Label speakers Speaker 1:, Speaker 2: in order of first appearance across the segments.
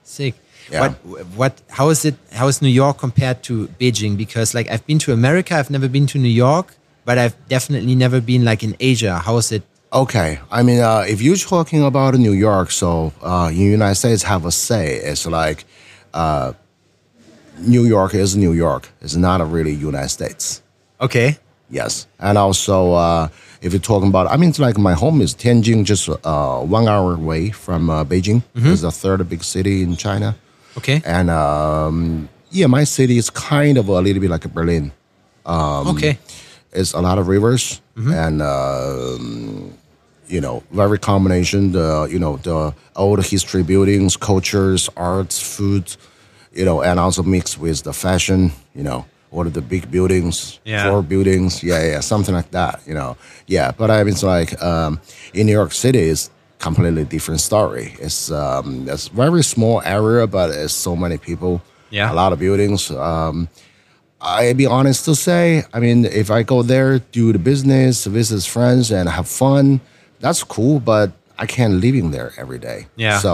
Speaker 1: Sick.
Speaker 2: Yeah.
Speaker 1: What what how is it how is New York compared to Beijing? Because like I've been to America, I've never been to New York, but I've definitely never been like in Asia. How is it?
Speaker 2: Okay, I mean, uh, if you're talking about New York, so uh, in United States have a say. It's like uh, New York is New York. It's not a really United States.
Speaker 1: Okay.
Speaker 2: Yes, and also uh, if you're talking about, I mean, it's like my home is Tianjin, just uh, one hour away from uh, Beijing. It's the third big city in China,
Speaker 1: Okay.
Speaker 2: and um, yeah, my city is kind of a little bit like Berlin.
Speaker 1: okay.
Speaker 2: It's a lot of rivers
Speaker 3: Mm-hmm.
Speaker 2: and um, you know very combination the you know the old history buildings cultures arts food you know and also mixed with the fashion you know one of the big buildings,
Speaker 3: Yeah.
Speaker 2: four buildings, yeah, yeah, something like that, you know. Yeah, but I mean, it's like um, in New York City, it's completely different story. It's um, it's very small area, but it's so many people,
Speaker 3: Yeah.
Speaker 2: a lot of buildings. Um, I be honest to say, I mean, if I go there, do the business, visit friends, and have fun, that's cool. But I can't living there every day.
Speaker 3: Yeah.
Speaker 2: So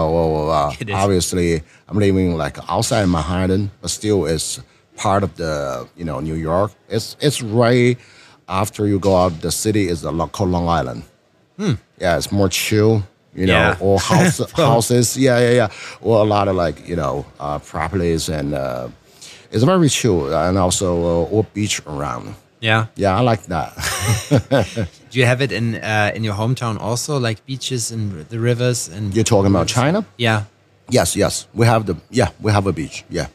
Speaker 2: uh,
Speaker 3: It is.
Speaker 2: obviously, I'm living like outside Manhattan, but still, it's part of the you know New York. It's it's right after you go out the city is the lo- called Long Island. Yeah, it's more chill. You know,
Speaker 3: Yeah.
Speaker 2: or house, houses. Yeah, yeah, yeah. Or a lot of like you know uh, properties and. Uh, it's very chill and also uh, all beach around.
Speaker 3: Yeah.
Speaker 2: Yeah, I like that.
Speaker 1: Do you have it in uh, in your hometown also, like beaches and the rivers and
Speaker 2: You're talking about China?
Speaker 1: yeah?
Speaker 2: Yes, yes. We have the yeah, we have a beach. Yeah.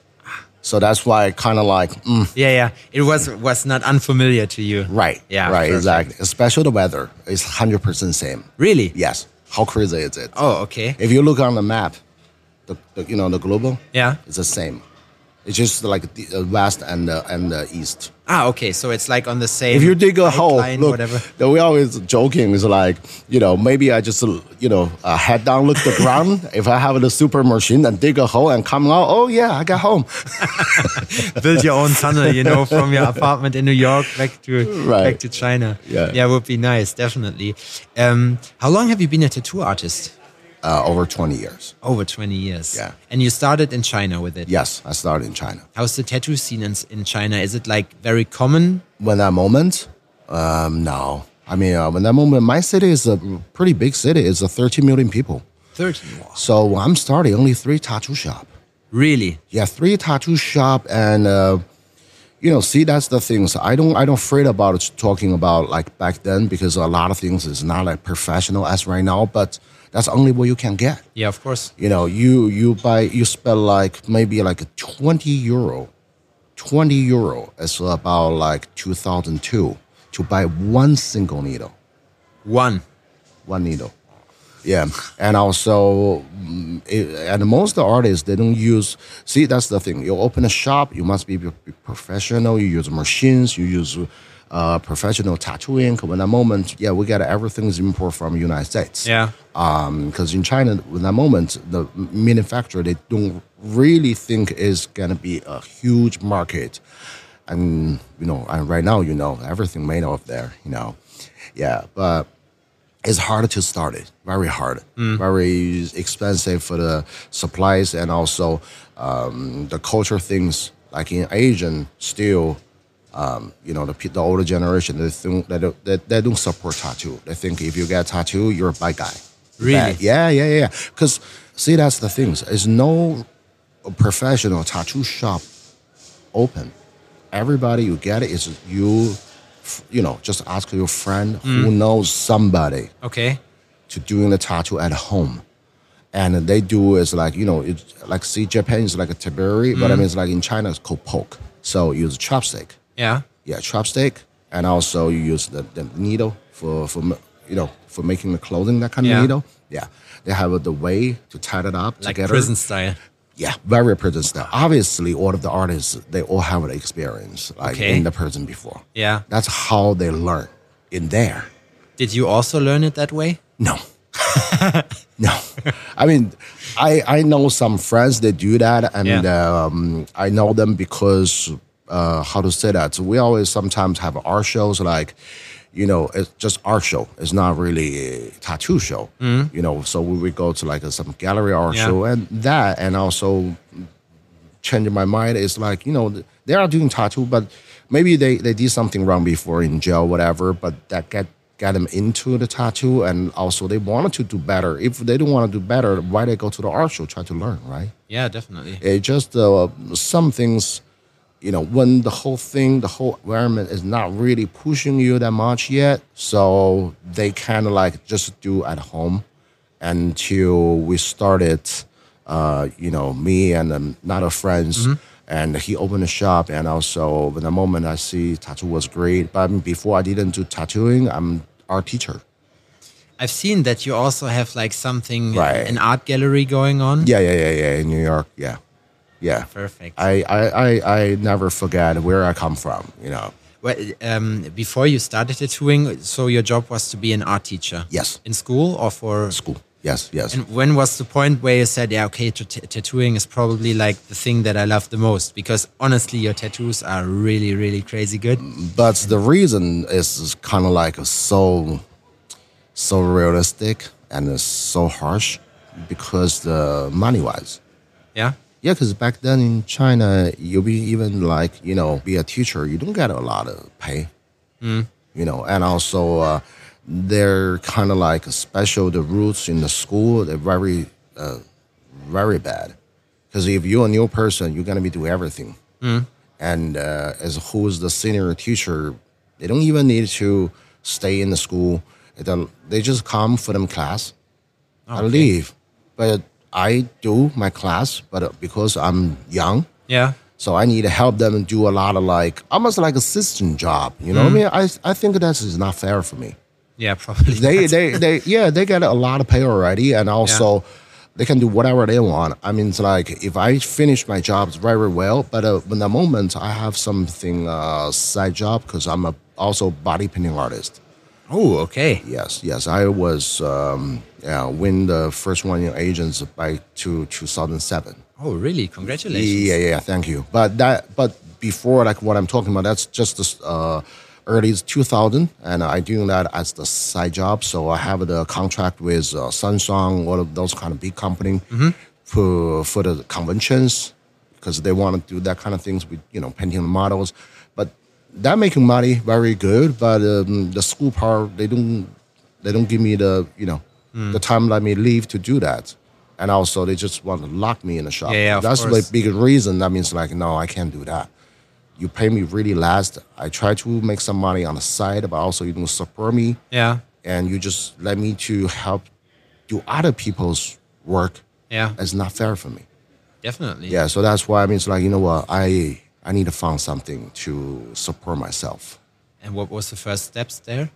Speaker 2: So that's why kind of like mm,
Speaker 1: Yeah, yeah. It was was not unfamiliar to you.
Speaker 2: right,
Speaker 1: Yeah.
Speaker 2: right,
Speaker 1: perfect.
Speaker 2: exactly. Especially the weather is hundred percent same.
Speaker 1: Really?
Speaker 2: Yes. How crazy is it?
Speaker 1: Oh, okay.
Speaker 2: If you look on the map, the, the you know the global,
Speaker 1: Yeah.
Speaker 2: it's the same. It's just like the uh, west and the, and the east.
Speaker 1: Ah, okay. So it's like on the same.
Speaker 2: if you dig a hole,
Speaker 1: outline,
Speaker 2: look,
Speaker 1: whatever.
Speaker 2: that we always joking is like, you know, maybe I just, you know, uh, head down, look the ground. if I have the super machine and dig a hole and come out, oh yeah, I got home.
Speaker 1: build your own tunnel, you know, from your apartment in New York back to
Speaker 2: Right.
Speaker 1: back to China.
Speaker 2: Yeah.
Speaker 1: yeah, would be nice, definitely. Um, how long have you been a tattoo artist?
Speaker 2: Uh, over 20 years.
Speaker 1: Over twenty years.
Speaker 2: Yeah.
Speaker 1: and you started in China with it.
Speaker 2: Yes, I started in China.
Speaker 1: How's the tattoo scene in, in China? Is it like very common?
Speaker 2: When that moment, um, no. I mean, uh, when that moment, my city is a pretty big city. It's a 13 million people.
Speaker 1: Thirty.
Speaker 2: So I'm starting only three tattoo shop.
Speaker 1: Really?
Speaker 2: yeah, three tattoo shop and uh, you know, see that's the things I don't I don't afraid about talking about like back then because a lot of things is not like professional as right now, but that's only what you can get.
Speaker 1: Yeah, of course.
Speaker 2: You know, you you buy you spend like maybe like twenty euro, twenty euro is about like two thousand two to buy one single needle
Speaker 1: One.
Speaker 2: one needle. Yeah, and also, mm, it, and most of the artists they don't use. See, that's the thing. You open a shop, you must be p- professional. You use machines, you use uh, professional tattoo ink. When that moment, yeah, we got everything is import from United States.
Speaker 3: Yeah.
Speaker 2: because in China, when that moment, the manufacturer they don't really think is gonna be a huge market, and you know, and right now, you know, everything made out of there. You know, yeah, but it's hard to start it. Very hard. Very expensive for the supplies and also um, the culture things. Like in Asian, still, um, you know, the, pe- the older generation, they, think, they, don't, they, they don't support tattoo. They think if you get tattoo, you're a bad guy.
Speaker 1: Really?
Speaker 2: Bad. Yeah, yeah, yeah. Because, see, that's the thing. There's no professional tattoo shop open. Everybody you get it is you, f- you know, just ask your friend
Speaker 1: Mm.
Speaker 2: who knows somebody
Speaker 1: Okay.
Speaker 2: to doing the tattoo at home. And they do is like, you know, it's like see Japan is like a tabiri, but
Speaker 1: Mm.
Speaker 2: I mean it's like in China it's called poke. So use chopstick.
Speaker 1: Yeah.
Speaker 2: Yeah, chopstick. And also you use the, the needle for, for m- you know, for making the clothing, that kind
Speaker 1: Yeah.
Speaker 2: of needle. Yeah. They have the way to tie it up
Speaker 1: Like
Speaker 2: together.
Speaker 1: prison style.
Speaker 2: Yeah, very prison style. Obviously, all of the artists they all have an experience like
Speaker 1: Okay.
Speaker 2: in the prison before.
Speaker 1: Yeah.
Speaker 2: that's how they learn in there.
Speaker 1: Did you also learn it that way?
Speaker 2: No, no. I mean, I I know some friends that do that, and um, I know them because uh, how to say that? we always sometimes have our shows like. You know, it's just art show. It's not really a tattoo show.
Speaker 1: Mm-hmm.
Speaker 2: You know, so we would go to like a, some gallery art
Speaker 3: Yeah.
Speaker 2: show and that, and also changing my mind is like you know they are doing tattoo but maybe they, they did something wrong before in jail whatever but that got got them into the tattoo and also they wanted to do better if they don't want to do better why they go to the art show try to learn right
Speaker 1: Yeah, definitely.
Speaker 2: it just uh, some things you know when the whole thing the whole environment is not really pushing you that much yet so they kind of like just do at home until we started uh, you know me and another friends and he opened a shop and also in the moment i see tattoo was great but before i didn't do tattooing i'm art teacher
Speaker 1: I've seen that you also have like something
Speaker 2: Right.
Speaker 1: an art gallery going on.
Speaker 2: yeah yeah yeah yeah in new york yeah Yeah.
Speaker 1: Perfect.
Speaker 2: I, I, I, I never forget where I come from, you know.
Speaker 1: Well, um, before you started tattooing, so your job was to be an art teacher.
Speaker 2: Yes.
Speaker 1: In school or for
Speaker 2: School. Yes, yes.
Speaker 1: And when was the point where you said, "Yeah, okay, t- t- tattooing is probably like the thing that I love the most"? Because honestly, your tattoos are really, really crazy good.
Speaker 2: but the reason is kind of like so so realistic and it's so harsh because the money wise
Speaker 1: Yeah.
Speaker 2: yeah because back then in china you'll be even like you know be a teacher you don't get a lot of pay you know and also uh, they're kind of like special the rules in the school they're very uh, very bad because if you're a new person you're going to be doing everything and uh, as who's the senior teacher, they don't even need to stay in the school. They they just come for them class, I leave. But I do my class, but uh, because I'm young,
Speaker 1: Yeah.
Speaker 2: so I need to help them do a lot of like almost like assistant job. You know what I mean? I I think that is not fair for me.
Speaker 1: Yeah, probably.
Speaker 2: They they they yeah they get a lot of pay already, and also. They can do whatever they want. I mean, it's like if I finish my jobs very well, but uh, in the moment I have something uh, side job because I'm a also body painting artist.
Speaker 1: oh, okay.
Speaker 2: Yes, yes. I was um, yeah, win the first one in Agents by to 2007.
Speaker 1: Oh, really? Congratulations.
Speaker 2: Yeah, yeah, yeah. Thank you. But that, but before like what I'm talking about, that's just this, uh, early 2000, and I doing that as the side job. So I have the contract with uh, Samsung, all of those kind of big company for for the conventions because they want to do that kind of things with you know painting the models. But that making money very good, but um, the school part they don't they don't give me the you know the time let me leave to do that. And also, they just want to lock me in the shop.
Speaker 1: Yeah, yeah, of
Speaker 2: That's
Speaker 1: course.
Speaker 2: the big reason. That means like, no, I can't do that. You pay me really last. I try to make some money on the side, but also you don't support me,
Speaker 1: Yeah.
Speaker 2: and you just let me to help do other people's work.
Speaker 1: Yeah.
Speaker 2: it's not fair for me.
Speaker 1: Definitely.
Speaker 2: Yeah, so that's why I mean, it's like you know what, I I need to find something to support myself.
Speaker 1: And what was the first steps there?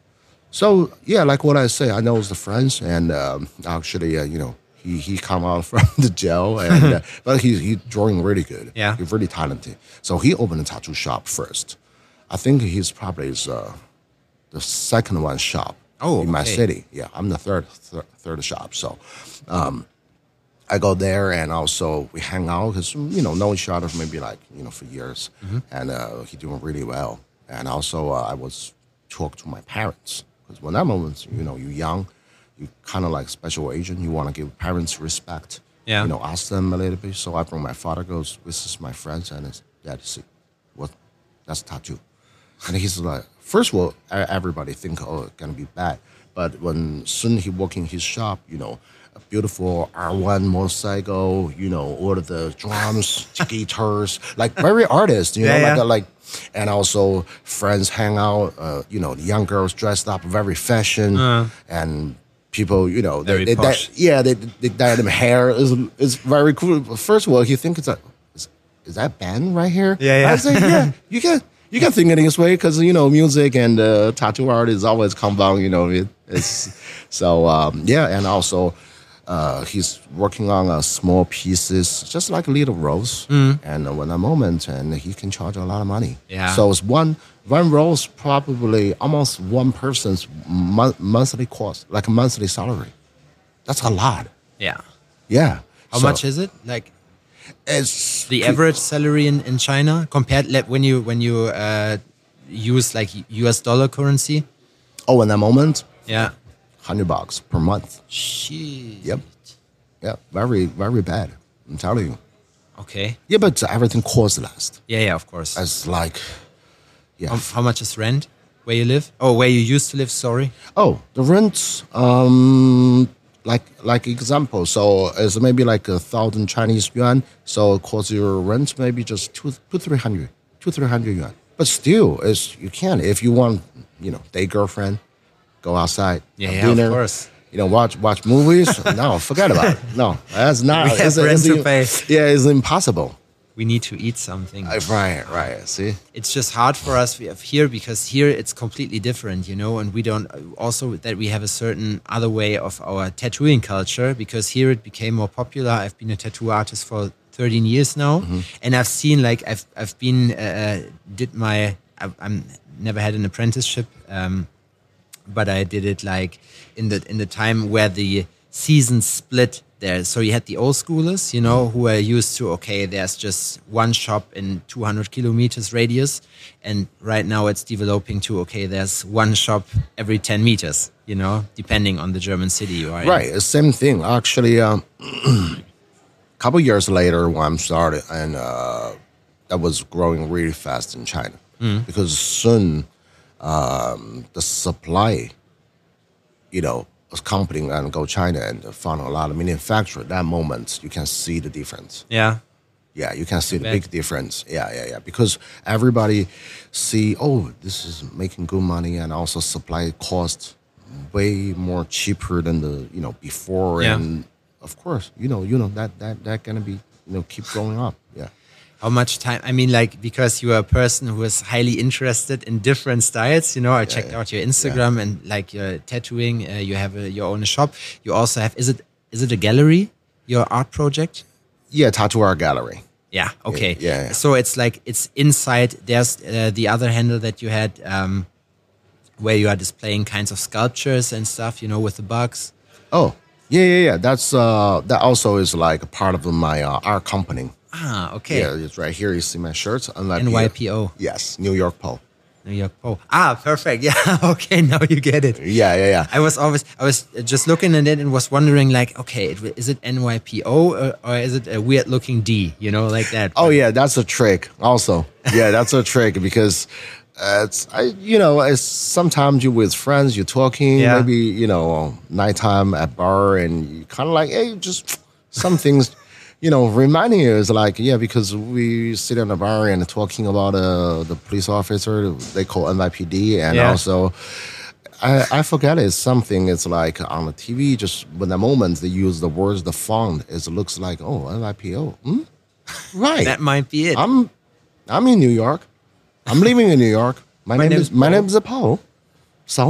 Speaker 2: So yeah, like what I say, I know it's the friends, and um, actually, uh, you know, he he come out from the jail, and uh, but he's he drawing really good.
Speaker 1: Yeah.
Speaker 2: he's really talented. So he opened a tattoo shop first. I think he's probably is uh, the second one shop
Speaker 1: Oh,
Speaker 2: in my
Speaker 1: okay.
Speaker 2: city. Yeah, I'm the third thir- third shop. So, um, I go there and also we hang out because you know know each other for maybe like you know for years, and uh, he doing really well. And also uh, I was talk to my parents because when that moment you know you're young, you kind of like special agent. You want to give parents respect.
Speaker 1: Yeah.
Speaker 2: You know, ask them a little bit. So I bring my father goes, this is my friends, and it's dad see, what, that's tattoo. And he's like, first of all, e- everybody think, oh, it's gonna be bad. But when soon he walk in his shop, you know, a beautiful R1 motorcycle, you know, all of the drums, guitars, like very artist, you know,
Speaker 1: Yeah,
Speaker 2: like
Speaker 1: yeah.
Speaker 2: a, like, and also friends hang out, uh, you know, the young girls dressed up very fashion and. People, you know,
Speaker 1: Uh-huh. Very
Speaker 2: they, they,
Speaker 1: posh.
Speaker 2: dye- yeah, they they dyed them hair. It's, it's very cool. First of all, you think it's like, is, is that Ben right here?
Speaker 1: Yeah, yeah.
Speaker 2: I say, yeah, you can you can think it this way because you know music and uh, tattoo art is always combined. You know, it, it's so um, yeah, and also uh, he's working on uh, small pieces, just like little rolls,
Speaker 1: Mm.
Speaker 2: and uh, when a moment, and he can charge a lot of money.
Speaker 1: Yeah.
Speaker 2: So it's one one roll's probably almost one person's mon- monthly cost, like a monthly salary. That's a lot.
Speaker 1: Yeah.
Speaker 2: Yeah.
Speaker 1: How
Speaker 2: So
Speaker 1: much is it? Like
Speaker 2: It's
Speaker 1: the average salary in, in China compared like, when you when you uh, use like US dollar currency?
Speaker 2: oh, in that moment,
Speaker 1: Yeah.
Speaker 2: hundred bucks per month.
Speaker 1: Shit.
Speaker 2: Yep. Yeah, very, very bad. I'm telling you.
Speaker 1: Okay.
Speaker 2: Yeah, but everything costs less.
Speaker 1: Yeah, yeah, of course.
Speaker 2: It's like, yeah.
Speaker 1: How, how much is rent where you live? Oh, where you used to live, sorry.
Speaker 2: oh, the rent, um, like like example, so it's maybe like a thousand Chinese yuan. So it costs your rent maybe just two, two three hundred, two three hundred yuan. But still, it's you can if you want, you know, date girlfriend, go outside,
Speaker 1: Yeah,
Speaker 2: have
Speaker 1: yeah, of
Speaker 2: dinner,
Speaker 1: course.
Speaker 2: You know, watch watch movies. no, forget about it. No, that's not.
Speaker 1: We have rent to pay.
Speaker 2: Yeah, it's impossible.
Speaker 1: We need to eat something.
Speaker 2: Uh, Right, right. See,
Speaker 1: it's just hard for us we have here because here it's completely different, you know, and we don't also that we have a certain other way of our tattooing culture because here it became more popular. I've been a tattoo artist for 13 years now, and I've seen like I've I've been uh, uh, did my I, I'm never had an apprenticeship, um, but I did it like in the in the time where the seasons split there. So you had the old schoolers, you know, who are used to okay, there's just one shop in 200 kilometers radius, and right now it's developing to okay, there's one shop every 10 meters, you know, depending on the German city you are in.
Speaker 2: Right, it's same thing. Actually, um, couple years later when I started, and uh, that was growing really fast in China because soon um, the supply, you know, was company and go China and found a lot of manufacturer. At that moment, you can see the difference.
Speaker 1: Yeah.
Speaker 2: Yeah, you can see the big difference. Yeah, yeah, yeah. Because everybody see, oh, this is making good money, and also supply cost way more cheaper than the you know before,
Speaker 1: Yeah.
Speaker 2: and of course, you know, you know that that that gonna be you know keep going up. Yeah,
Speaker 1: how much time i mean like because you are a person who is highly interested in different styles you know i checked out your instagram and like your tattooing uh, you have a, your own shop you also have is it is it a gallery your art project
Speaker 2: yeah. Tattoo Art Gallery.
Speaker 1: yeah okay
Speaker 2: yeah, yeah.
Speaker 1: so it's like it's inside there's uh, the other handle that you had um, where you are displaying kinds of sculptures and stuff you know with the bugs
Speaker 2: Oh, yeah, yeah, yeah. That's uh, that also is like a part of my uh, art company.
Speaker 1: ah okay
Speaker 2: Yeah, it's right here. You see my shirts. NYPO.
Speaker 1: NYPO.
Speaker 2: Yes, New York Pole.
Speaker 1: New York Poe. Ah, perfect. Yeah. Okay. Now you get it.
Speaker 2: Yeah, yeah, yeah.
Speaker 1: I was always I was just looking at it and was wondering like, okay, it, is it NYPO or, or is it a weird looking D? You know, like that.
Speaker 2: Oh yeah, that's a trick. Also, yeah, that's a trick because uh, it's I, you know, it's sometimes you with friends, you're talking,
Speaker 1: Yeah.
Speaker 2: maybe you know, nighttime at bar, and you kind of like, hey, just some things, you know, reminding you is like, yeah, because we sit in a bar and talking about uh, the police officer they call NYPD, and
Speaker 1: Yeah.
Speaker 2: also. I, I forget it's something. It's like on the TV. Just when the moment they use the words, the font, it looks like oh NYPO. Hmm? Right.
Speaker 1: That might be it.
Speaker 2: I'm I'm in New York. I'm living in New York. My, name
Speaker 1: name
Speaker 2: is
Speaker 1: is
Speaker 2: my name is Paul. So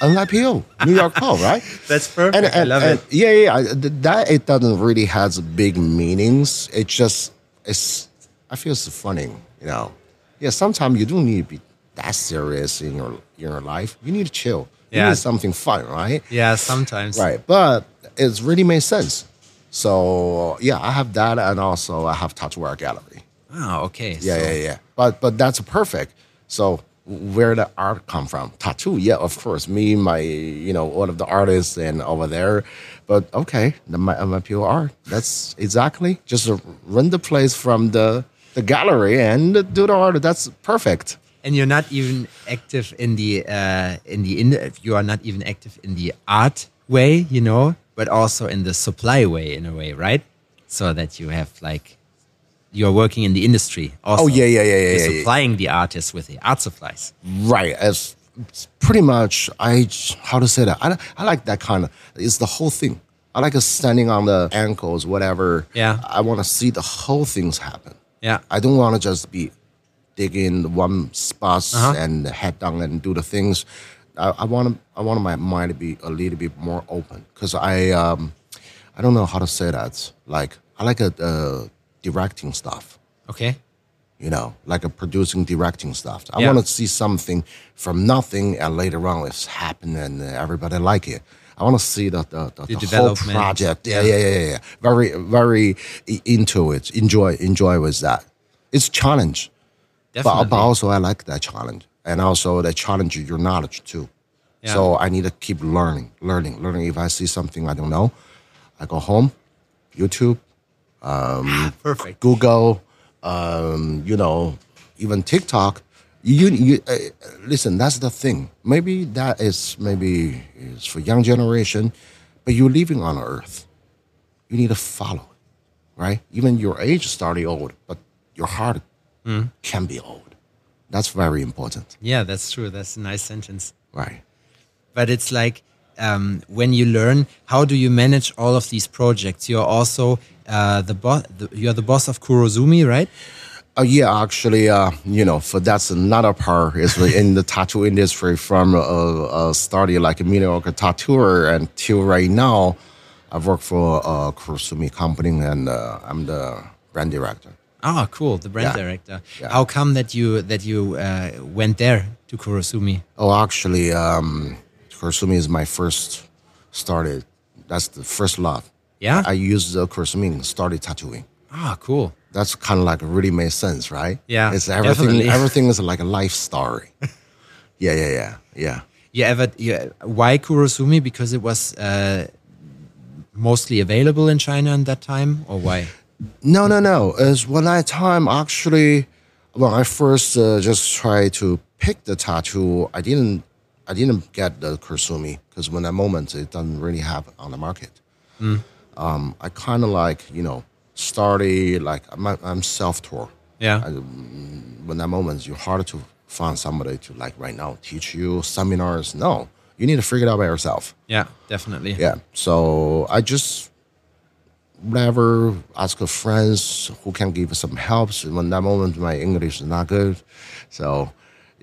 Speaker 2: NYPO, New York Paul, right?
Speaker 1: That's perfect. I love it.
Speaker 2: Yeah, yeah. I, th- that it doesn't really has big meanings. It just it's. I feel it's funny, you know. Yeah, sometimes you don't need to be that serious in your in your life. You need to chill. You
Speaker 1: Yeah.
Speaker 2: need something fun, right?
Speaker 1: yeah, sometimes.
Speaker 2: Right. But it's really made sense. So yeah, I have that, and also I have tattoo art gallery.
Speaker 1: Oh, okay.
Speaker 2: Yeah,
Speaker 1: so,
Speaker 2: yeah, yeah. But but that's perfect. So where the art come from? Tattoo, yeah, of course. Me, my, you know, all of the artists and over there. But okay, the, my, uh, my pure art. That's exactly just run the place from the the gallery and do the art. That's perfect.
Speaker 1: And you're not even active in the uh, in the in you are not even active in the art way, you know, but also in the supply way in a way, right? So that you have like you're working in the industry also.
Speaker 2: Oh yeah, yeah, yeah, yeah.
Speaker 1: You're
Speaker 2: yeah, Mm. yeah.
Speaker 1: supplying the artists with the art supplies.
Speaker 2: Right. As it's pretty much, I j- how to say that? I, I like that kind of. It's the whole thing. I like standing on the ankles, whatever.
Speaker 1: Yeah.
Speaker 2: I want to see the whole things happen.
Speaker 1: Yeah.
Speaker 2: I don't want to just be digging one spots and head down and do the things. I, I want to. I want my mind to be a little bit more open because I um, I don't know how to say that. Like I like a, uh, directing stuff
Speaker 1: Okay.
Speaker 2: you know, like a producing, directing stuff. I
Speaker 1: Yeah.
Speaker 2: want to see something from nothing and later on it's happened and everybody like it. I want to see the, the, the, the whole
Speaker 1: development.
Speaker 2: project. Yeah,
Speaker 1: Yeah.
Speaker 2: yeah, yeah, yeah, yeah. Very, very i- into it. Enjoy, enjoy with that. It's challenge,
Speaker 1: Definitely.
Speaker 2: but, but also I like that challenge. And also they challenge your knowledge too.
Speaker 1: Yeah.
Speaker 2: So I need to keep learning, learning, learning. If I see something I don't know, I go home, YouTube,
Speaker 1: Perfect.
Speaker 2: Google, um, you know, even TikTok. You, you uh, listen. That's the thing. Maybe that is maybe is for young generation, but you're living on Earth. You need to follow, right? Even your age started old, but your heart can be old. That's very important,
Speaker 1: Yeah, that's true. That's a nice sentence.
Speaker 2: right?
Speaker 1: But it's like um, when you learn, how do you manage all of these projects? You're also uh, the boss. You're the boss of Kurozumi, right?
Speaker 2: Uh, yeah, actually, uh, you know, for that's another part is in the tattoo industry from uh, uh, starting like a mediocre tattooer until right now. I work for a Kurosumi company, and uh, I'm the brand director.
Speaker 1: Ah, cool. The brand
Speaker 2: Yeah.
Speaker 1: director.
Speaker 2: Yeah.
Speaker 1: How come that you that you uh, went there to Kurosumi?
Speaker 2: Oh, actually, um, Kursumi is my first started. That's the first love.
Speaker 1: Yeah?
Speaker 2: I used the Kursumi and started tattooing.
Speaker 1: Ah, cool.
Speaker 2: That's kind of like really made sense, right?
Speaker 1: Yeah,
Speaker 2: It's everything.
Speaker 1: definitely.
Speaker 2: Everything is like a life story. yeah, yeah, yeah, yeah.
Speaker 1: You ever you, why Kurosumi? Because it was uh, mostly available in China at that time, or why?
Speaker 2: No, no, no. It's when I time actually, when I first uh, just tried to pick the tattoo, I didn't, I didn't get the Kursumi because when that moment it doesn't really have on the market. Um, I kind of like you know started like I'm, I'm self taught.
Speaker 1: Yeah.
Speaker 2: When that moment, you're hard to find somebody to like right now teach you seminars. No, you need to figure it out by yourself.
Speaker 1: yeah, definitely.
Speaker 2: Yeah. So I just never ask a friends who can give some helps. And when that moment, my English is not good. So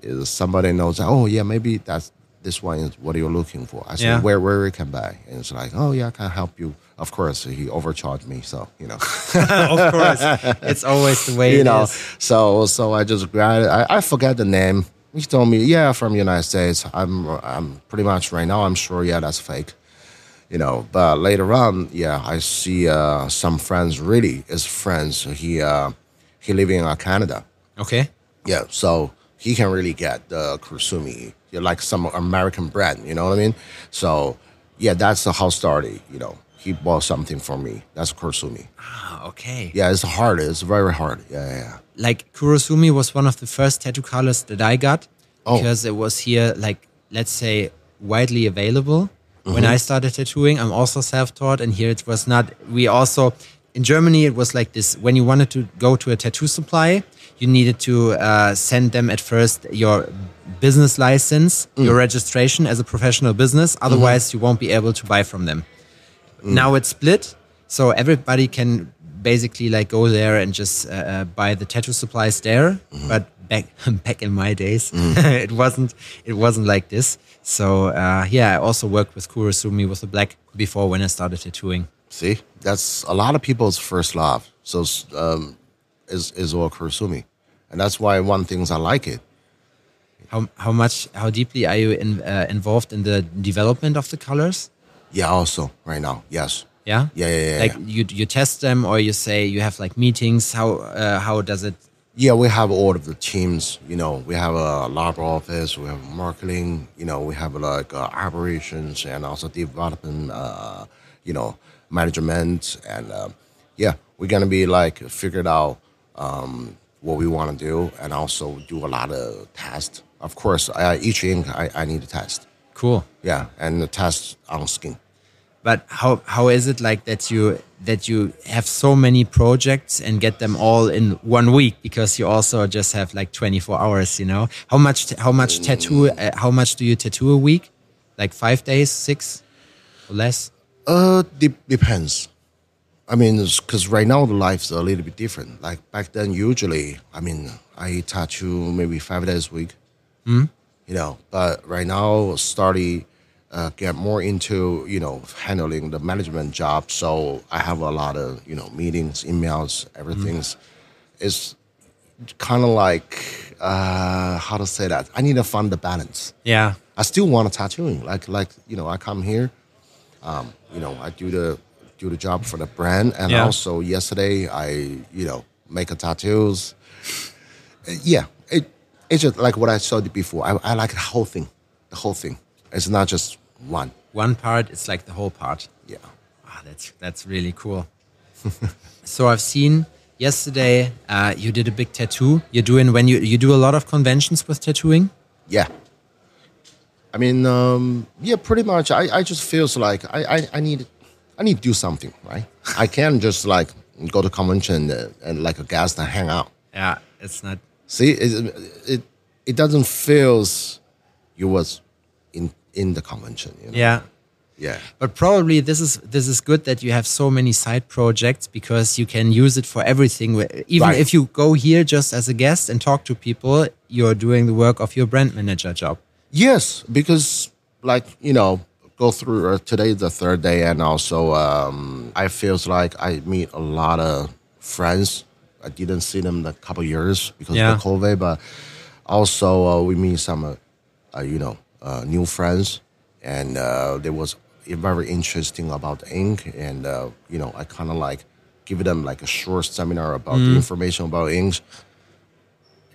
Speaker 2: is somebody knows, oh, yeah, maybe that's this one is what you're looking for. I said,
Speaker 1: Yeah.
Speaker 2: where, where we can buy? And it's like, oh, yeah, I can help you. Of course, he overcharged me. So, you know.
Speaker 1: of course. It's always the way
Speaker 2: you
Speaker 1: it
Speaker 2: know.
Speaker 1: is.
Speaker 2: So so I just grabbed. I, I forgot the name. He told me, yeah, from United States. I'm I'm pretty much right now. I'm sure, yeah, that's fake. You know, but later on, yeah, I see uh, some friends. Really, is friends. He uh, he living in uh, Canada.
Speaker 1: Okay.
Speaker 2: Yeah, so he can really get the Kursumi, You're like some American brand, you know what I mean? So yeah, that's the how started. You know, he bought something for me. That's Kursumi.
Speaker 1: Ah, okay.
Speaker 2: Yeah, it's hard. It's very hard. Yeah, yeah. yeah.
Speaker 1: like Kurosumi was one of the first tattoo colors that I got
Speaker 2: Oh.
Speaker 1: because it was here, like let's say, widely available. When I started tattooing, I'm also self-taught, and here it was not. We also in Germany it was like this: when you wanted to go to a tattoo supply, you needed to uh, send them at first your business license, your registration as a professional business. Otherwise, you won't be able to buy from them.
Speaker 2: Mm.
Speaker 1: Now it's split, so everybody can basically like go there and just uh, uh, buy the tattoo supplies there.
Speaker 2: Mm-hmm.
Speaker 1: But back back in my days,
Speaker 2: Mm.
Speaker 1: it wasn't it wasn't like this. So uh, yeah, I also worked with Kurosumi with the black before when I started tattooing.
Speaker 2: See, that's a lot of people's first love. So um, is is all Kurosumi, and that's why one things I like it.
Speaker 1: How how much how deeply are you in, uh, involved in the development of the colors?
Speaker 2: Yeah, also right now, yes.
Speaker 1: Yeah,
Speaker 2: Yeah, yeah, yeah,
Speaker 1: Like
Speaker 2: yeah.
Speaker 1: you you test them or you say you have like meetings. How uh, how does it?
Speaker 2: Yeah, we have all of the teams. You know, we have a lab office, we have marketing. You know, we have like uh, operations and also development. Uh, you know, management and uh, yeah, we're gonna be like figured out um, what we want to do and also do a lot of tests. Of course, I, each ink I, I need to test.
Speaker 1: Cool.
Speaker 2: Yeah, and the test on skin.
Speaker 1: but how how is it like that you that you have so many projects and get them all in one week because you also just have like 24 hours you know how much how much tattoo uh, how much do you tattoo a week like 5 days 6 or less
Speaker 2: Uh, de- depends. I mean, because right now the life's a little bit different. Like back then, usually, I mean, I tattoo maybe five days a week. You know, but right now, starting uh, get more into you know handling the management job. So I have a lot of you know meetings, emails, everything's. It's kind of like uh, how to say that. I need to find the balance.
Speaker 1: yeah
Speaker 2: I still want to tattooing. Like like you know, I come here, um, you know, I do the do the job for the brand, and
Speaker 1: Yeah.
Speaker 2: also yesterday I you know make a tattoos. Uh, Yeah, it it's just like what I said before. I, I like the whole thing, the whole thing. It's not just one.
Speaker 1: one part it's like the whole part
Speaker 2: Yeah,
Speaker 1: Ah, that's that's really cool. so I've seen yesterday uh, you did a big tattoo. You're doing when you you do a lot of conventions with tattooing.
Speaker 2: yeah. I mean, um, yeah, pretty much. I, I just feels like I, I, I need I need to do something, right? I can't just like go to convention and, and like a guest and hang out.
Speaker 1: Yeah, it's not
Speaker 2: See, it it, it doesn't feel you was in in the convention. You know?
Speaker 1: yeah.
Speaker 2: Yeah.
Speaker 1: but probably this is this is good that you have so many side projects because you can use it for everything Wh- even
Speaker 2: Right.
Speaker 1: if you go here just as a guest and talk to people you're doing the work of your brand manager job
Speaker 2: Yes, because like you know, go through uh, today the third day, and also um, I feels like I meet a lot of friends. I didn't see them in a couple years because
Speaker 1: Yeah.
Speaker 2: of the COVID, but also uh, we meet some, uh, uh, you know, uh, new friends, and uh, they was very interesting about the ink, and uh, you know, I kind of like give them like a short seminar about the information about inks.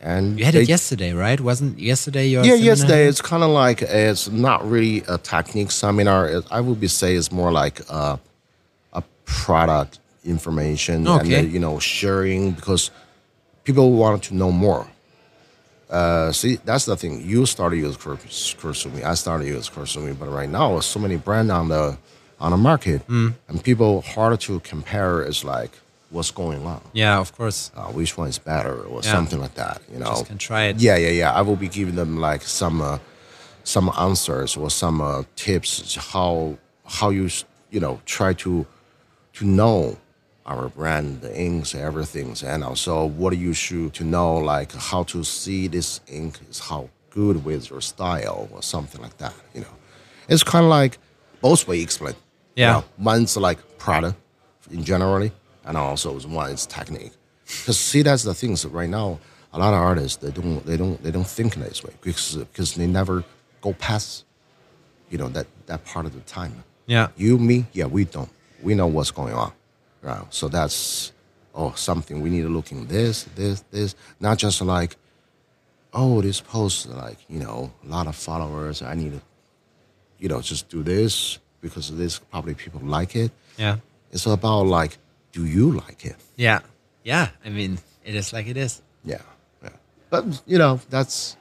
Speaker 2: And
Speaker 1: Mm. You had
Speaker 2: they
Speaker 1: it yesterday, right? Wasn't yesterday your
Speaker 2: yeah,
Speaker 1: seminar?
Speaker 2: yesterday it's kind of like it's not really a technique seminar. It, I would be say it's more like uh, a product information and
Speaker 1: Okay.
Speaker 2: then, you know sharing because people want to know more. Uh, see, that's the thing. You started use Cur- Kursumi. I started use Kursumi, but right now there's so many brand on the on the market, and people hard to compare. Is like what's going on,
Speaker 1: Yeah, of course.
Speaker 2: uh, which one is better, or
Speaker 1: Yeah.
Speaker 2: something like that. You know,
Speaker 1: Just can try it.
Speaker 2: yeah, yeah, yeah. I will be giving them like some uh, some answers or some uh, tips how how you s- you know try to to know our brand, the inks, everything, and also what you should to know like how to see this ink is how good with your style or something like that. You know, it's kind of like both way explain. you
Speaker 1: Yeah.
Speaker 2: know. one's like product in generally, and also one is technique. Because see, that's the things right now. A lot of artists they don't they don't they don't think in this way because because they never go past, you know that that part of the time.
Speaker 1: Yeah.
Speaker 2: You, me, yeah, we don't. We know what's going on. Right. So that's oh something we need to look in this, this, this. Not just like, oh, this post like, you know, a lot of followers. I need to, you know, just do this because this probably people like it.
Speaker 1: Yeah.
Speaker 2: It's about like, do you like it?
Speaker 1: Yeah. Yeah. I mean, it is like it is.
Speaker 2: Yeah. Yeah. But you know, that's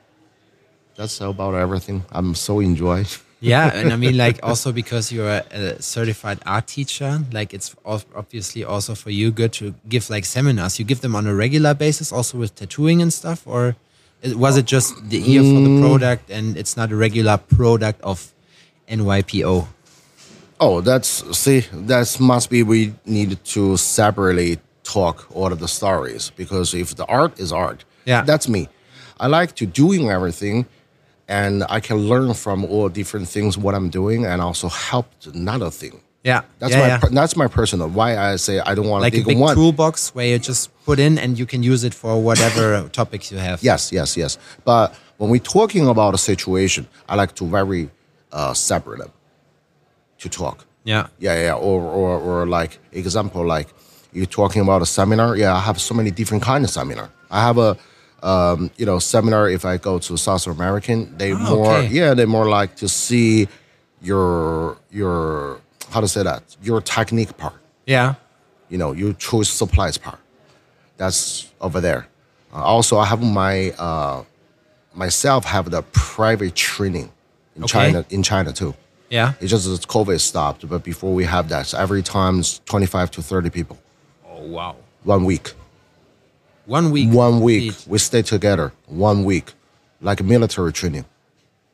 Speaker 2: that's about everything. I'm so enjoy.
Speaker 1: yeah and i mean like also because you're a, a certified art teacher like it's ob- obviously also for you good to give like seminars you give them on a regular basis also with tattooing and stuff or i- was it just the ear for the product and it's not a regular product of nypo
Speaker 2: Oh, that's see, that's must be we need to separately talk all of the stories because if the art is art,
Speaker 1: Yeah.
Speaker 2: that's me. I like to doing everything, and I can learn from all different things what I'm doing, and also help another thing.
Speaker 1: yeah
Speaker 2: That's
Speaker 1: yeah,
Speaker 2: my
Speaker 1: yeah.
Speaker 2: per- that's my personal why I say I don't want
Speaker 1: like a
Speaker 2: to dig
Speaker 1: big
Speaker 2: one.
Speaker 1: toolbox where you just put in and you can use it for whatever topics you have
Speaker 2: Yes, yes, yes. But when we're talking about a situation, I like to very uh, separate them to talk.
Speaker 1: yeah
Speaker 2: Yeah, yeah. Or, or, or like example, like you're talking about a seminar. Yeah, I have so many different kind of seminar. I have a, um, you know, seminar. If I go to South American, they more,
Speaker 1: Ah, okay.
Speaker 2: yeah, they more like to see your your how to say that your technique part
Speaker 1: yeah
Speaker 2: you know, you choose supplies part. That's over there. Uh, also, I have my uh, myself have the private training in
Speaker 1: Okay.
Speaker 2: China in China too.
Speaker 1: yeah
Speaker 2: It's just that COVID stopped, but before we have that, so every time it's 25 to 30 people,
Speaker 1: oh wow
Speaker 2: one week,
Speaker 1: one week
Speaker 2: one week.
Speaker 1: complete.
Speaker 2: We stay together, one week, like military training.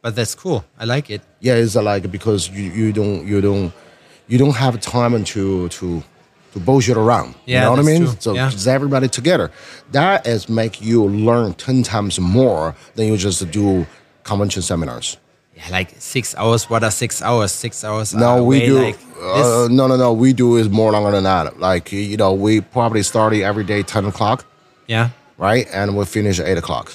Speaker 1: but that's cool i like it
Speaker 2: yeah, it's like because you, you don't you don't you don't have time to to to bullshit around.
Speaker 1: Yeah,
Speaker 2: you know what I
Speaker 1: that's
Speaker 2: mean?
Speaker 1: true.
Speaker 2: So
Speaker 1: Yeah.
Speaker 2: it's everybody together. That is make you learn ten times more than you just do convention seminars.
Speaker 1: Yeah, like six hours. What are six hours? Six hours.
Speaker 2: No,
Speaker 1: are
Speaker 2: we
Speaker 1: way
Speaker 2: do.
Speaker 1: Like
Speaker 2: uh,
Speaker 1: this.
Speaker 2: no, no, no. We do is more longer than that. Like you know, we probably started every day ten o'clock,
Speaker 1: Yeah.
Speaker 2: right? And we finish at eight o'clock.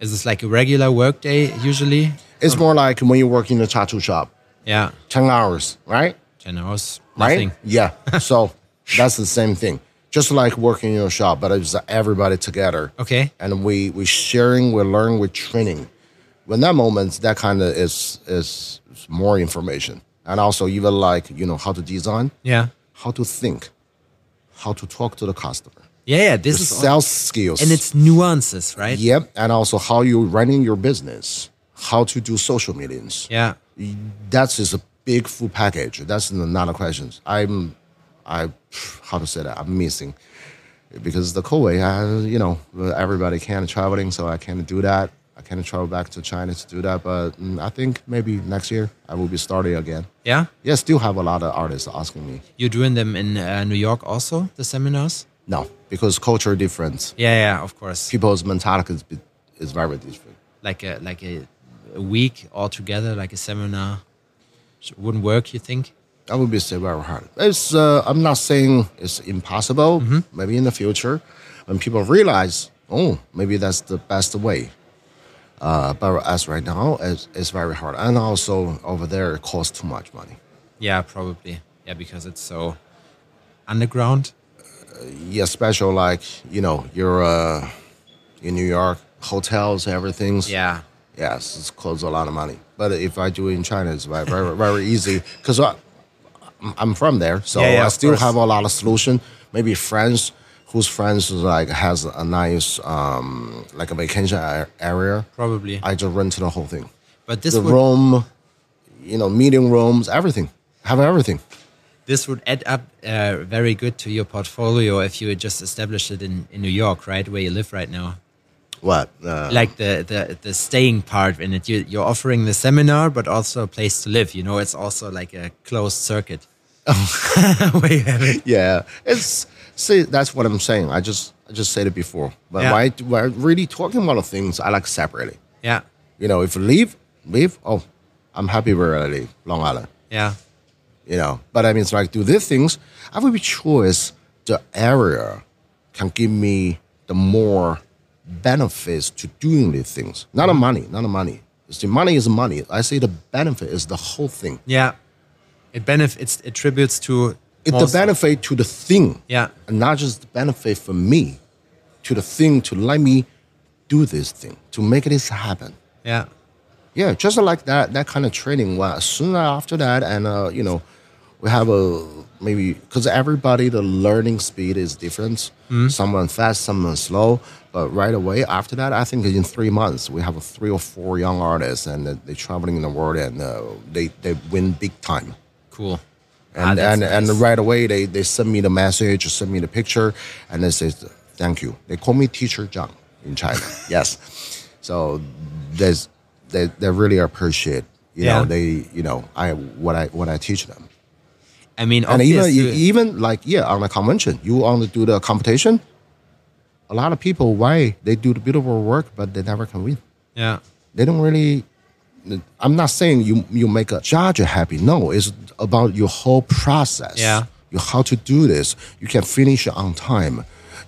Speaker 1: Is this like a regular workday usually?
Speaker 2: It's more like when you work in a tattoo shop,
Speaker 1: Yeah.
Speaker 2: ten hours, right?
Speaker 1: 10 hours.
Speaker 2: right?
Speaker 1: Nothing.
Speaker 2: Yeah. so that's the same thing. Just like working in a shop, but it's everybody together.
Speaker 1: Okay.
Speaker 2: And we we sharing, we learn, we training. When that moment, that kind of is is more information, and also even like you know how to design,
Speaker 1: Yeah.
Speaker 2: how to think, how to talk to the customer,
Speaker 1: Yeah. Yeah. This is. All,
Speaker 2: sales skills,
Speaker 1: and it's nuances, right?
Speaker 2: yep, and also how you running your business, how to do social meetings
Speaker 1: Yeah.
Speaker 2: that's just a big full package. That's another question. I'm, I, how to say that? I'm missing because the COVID, I, you know, everybody can traveling, so I can't do that. I can't travel back to China to do that, but mm, I think maybe next year I will be starting again.
Speaker 1: Yeah.
Speaker 2: Yeah, still have a lot of artists asking me.
Speaker 1: You're doing them in uh, New York also, the seminars?
Speaker 2: No, because culture difference.
Speaker 1: Yeah. Yeah. Of course.
Speaker 2: People's mentality is, is very different.
Speaker 1: Like a like a, a week altogether, like a seminar. wouldn't work, you think?
Speaker 2: That would be still very hard. It's uh, I'm not saying it's impossible. Maybe in the future, when people realize, oh, maybe that's the best way. Uh, but as right now, it's, it's very hard, and also over there, it costs too much money.
Speaker 1: Yeah, probably. Yeah, because it's so underground.
Speaker 2: Yeah, special like you know you're uh, in New York, hotels, everything's
Speaker 1: Yeah.
Speaker 2: Yes, it's close a lot of money. But if I do it in China, it's very very, very easy because I'm from there, so
Speaker 1: Yeah, yeah,
Speaker 2: I
Speaker 1: of
Speaker 2: still
Speaker 1: course.
Speaker 2: have a lot of solution. Maybe friends whose friends is like has a nice um, like a vacation a- area.
Speaker 1: Probably.
Speaker 2: I just rented the whole thing,
Speaker 1: But this
Speaker 2: the
Speaker 1: would
Speaker 2: room, you know, meeting rooms, everything. Have everything.
Speaker 1: this would add up uh, very good to your portfolio if you had just established it in, in New York, right, where you live right now.
Speaker 2: What? Uh,
Speaker 1: Like the, the, the staying part in it, you, you're offering the seminar, but also a place to live. You know, it's also like a closed circuit.
Speaker 2: Oh.
Speaker 1: where you have it.
Speaker 2: yeah, it's see that's what I'm saying. I just I just said it before, but
Speaker 1: Yeah.
Speaker 2: why? Why really talking about the things I like separately.
Speaker 1: Yeah,
Speaker 2: You know, if you leave, leave. Oh, I'm happy where I live, Long Island.
Speaker 1: yeah,
Speaker 2: You know, but I mean, it's like do these things. I would be choice the area can give me the more benefits to doing these things. Not the money, not the money. It's the money is money. I say the benefit is the whole thing.
Speaker 1: yeah. It benefits, it attributes to.
Speaker 2: It's the
Speaker 1: most-
Speaker 2: benefit to the thing.
Speaker 1: Yeah.
Speaker 2: And not just the benefit for me, to the thing to let me do this thing, to make this happen.
Speaker 1: Yeah,
Speaker 2: yeah, just like that that kind of training. Well, soon after that, and uh, you know, we have a maybe because everybody the learning speed is different. Someone fast, someone slow. But right away after that, I think in three months we have three or four young artists, and they're traveling in the world, and uh, they they win big time.
Speaker 1: cool. Ah,
Speaker 2: And
Speaker 1: that's
Speaker 2: and,
Speaker 1: nice.
Speaker 2: and right away they they send me the message, send me the picture, and they say thank you. They call me Teacher Zhang in China. yes, so there's they they really appreciate you
Speaker 1: Yeah.
Speaker 2: know they you know I what I what I teach them.
Speaker 1: I mean,
Speaker 2: And even e,
Speaker 1: obviously-
Speaker 2: even like yeah on the convention you want to do the competition. A lot of people why they do the beautiful work but they never can win
Speaker 1: yeah,
Speaker 2: they don't really i'm not saying you you make a judge happy no it's about your whole process
Speaker 1: Yeah.
Speaker 2: you how to do this you can finish on time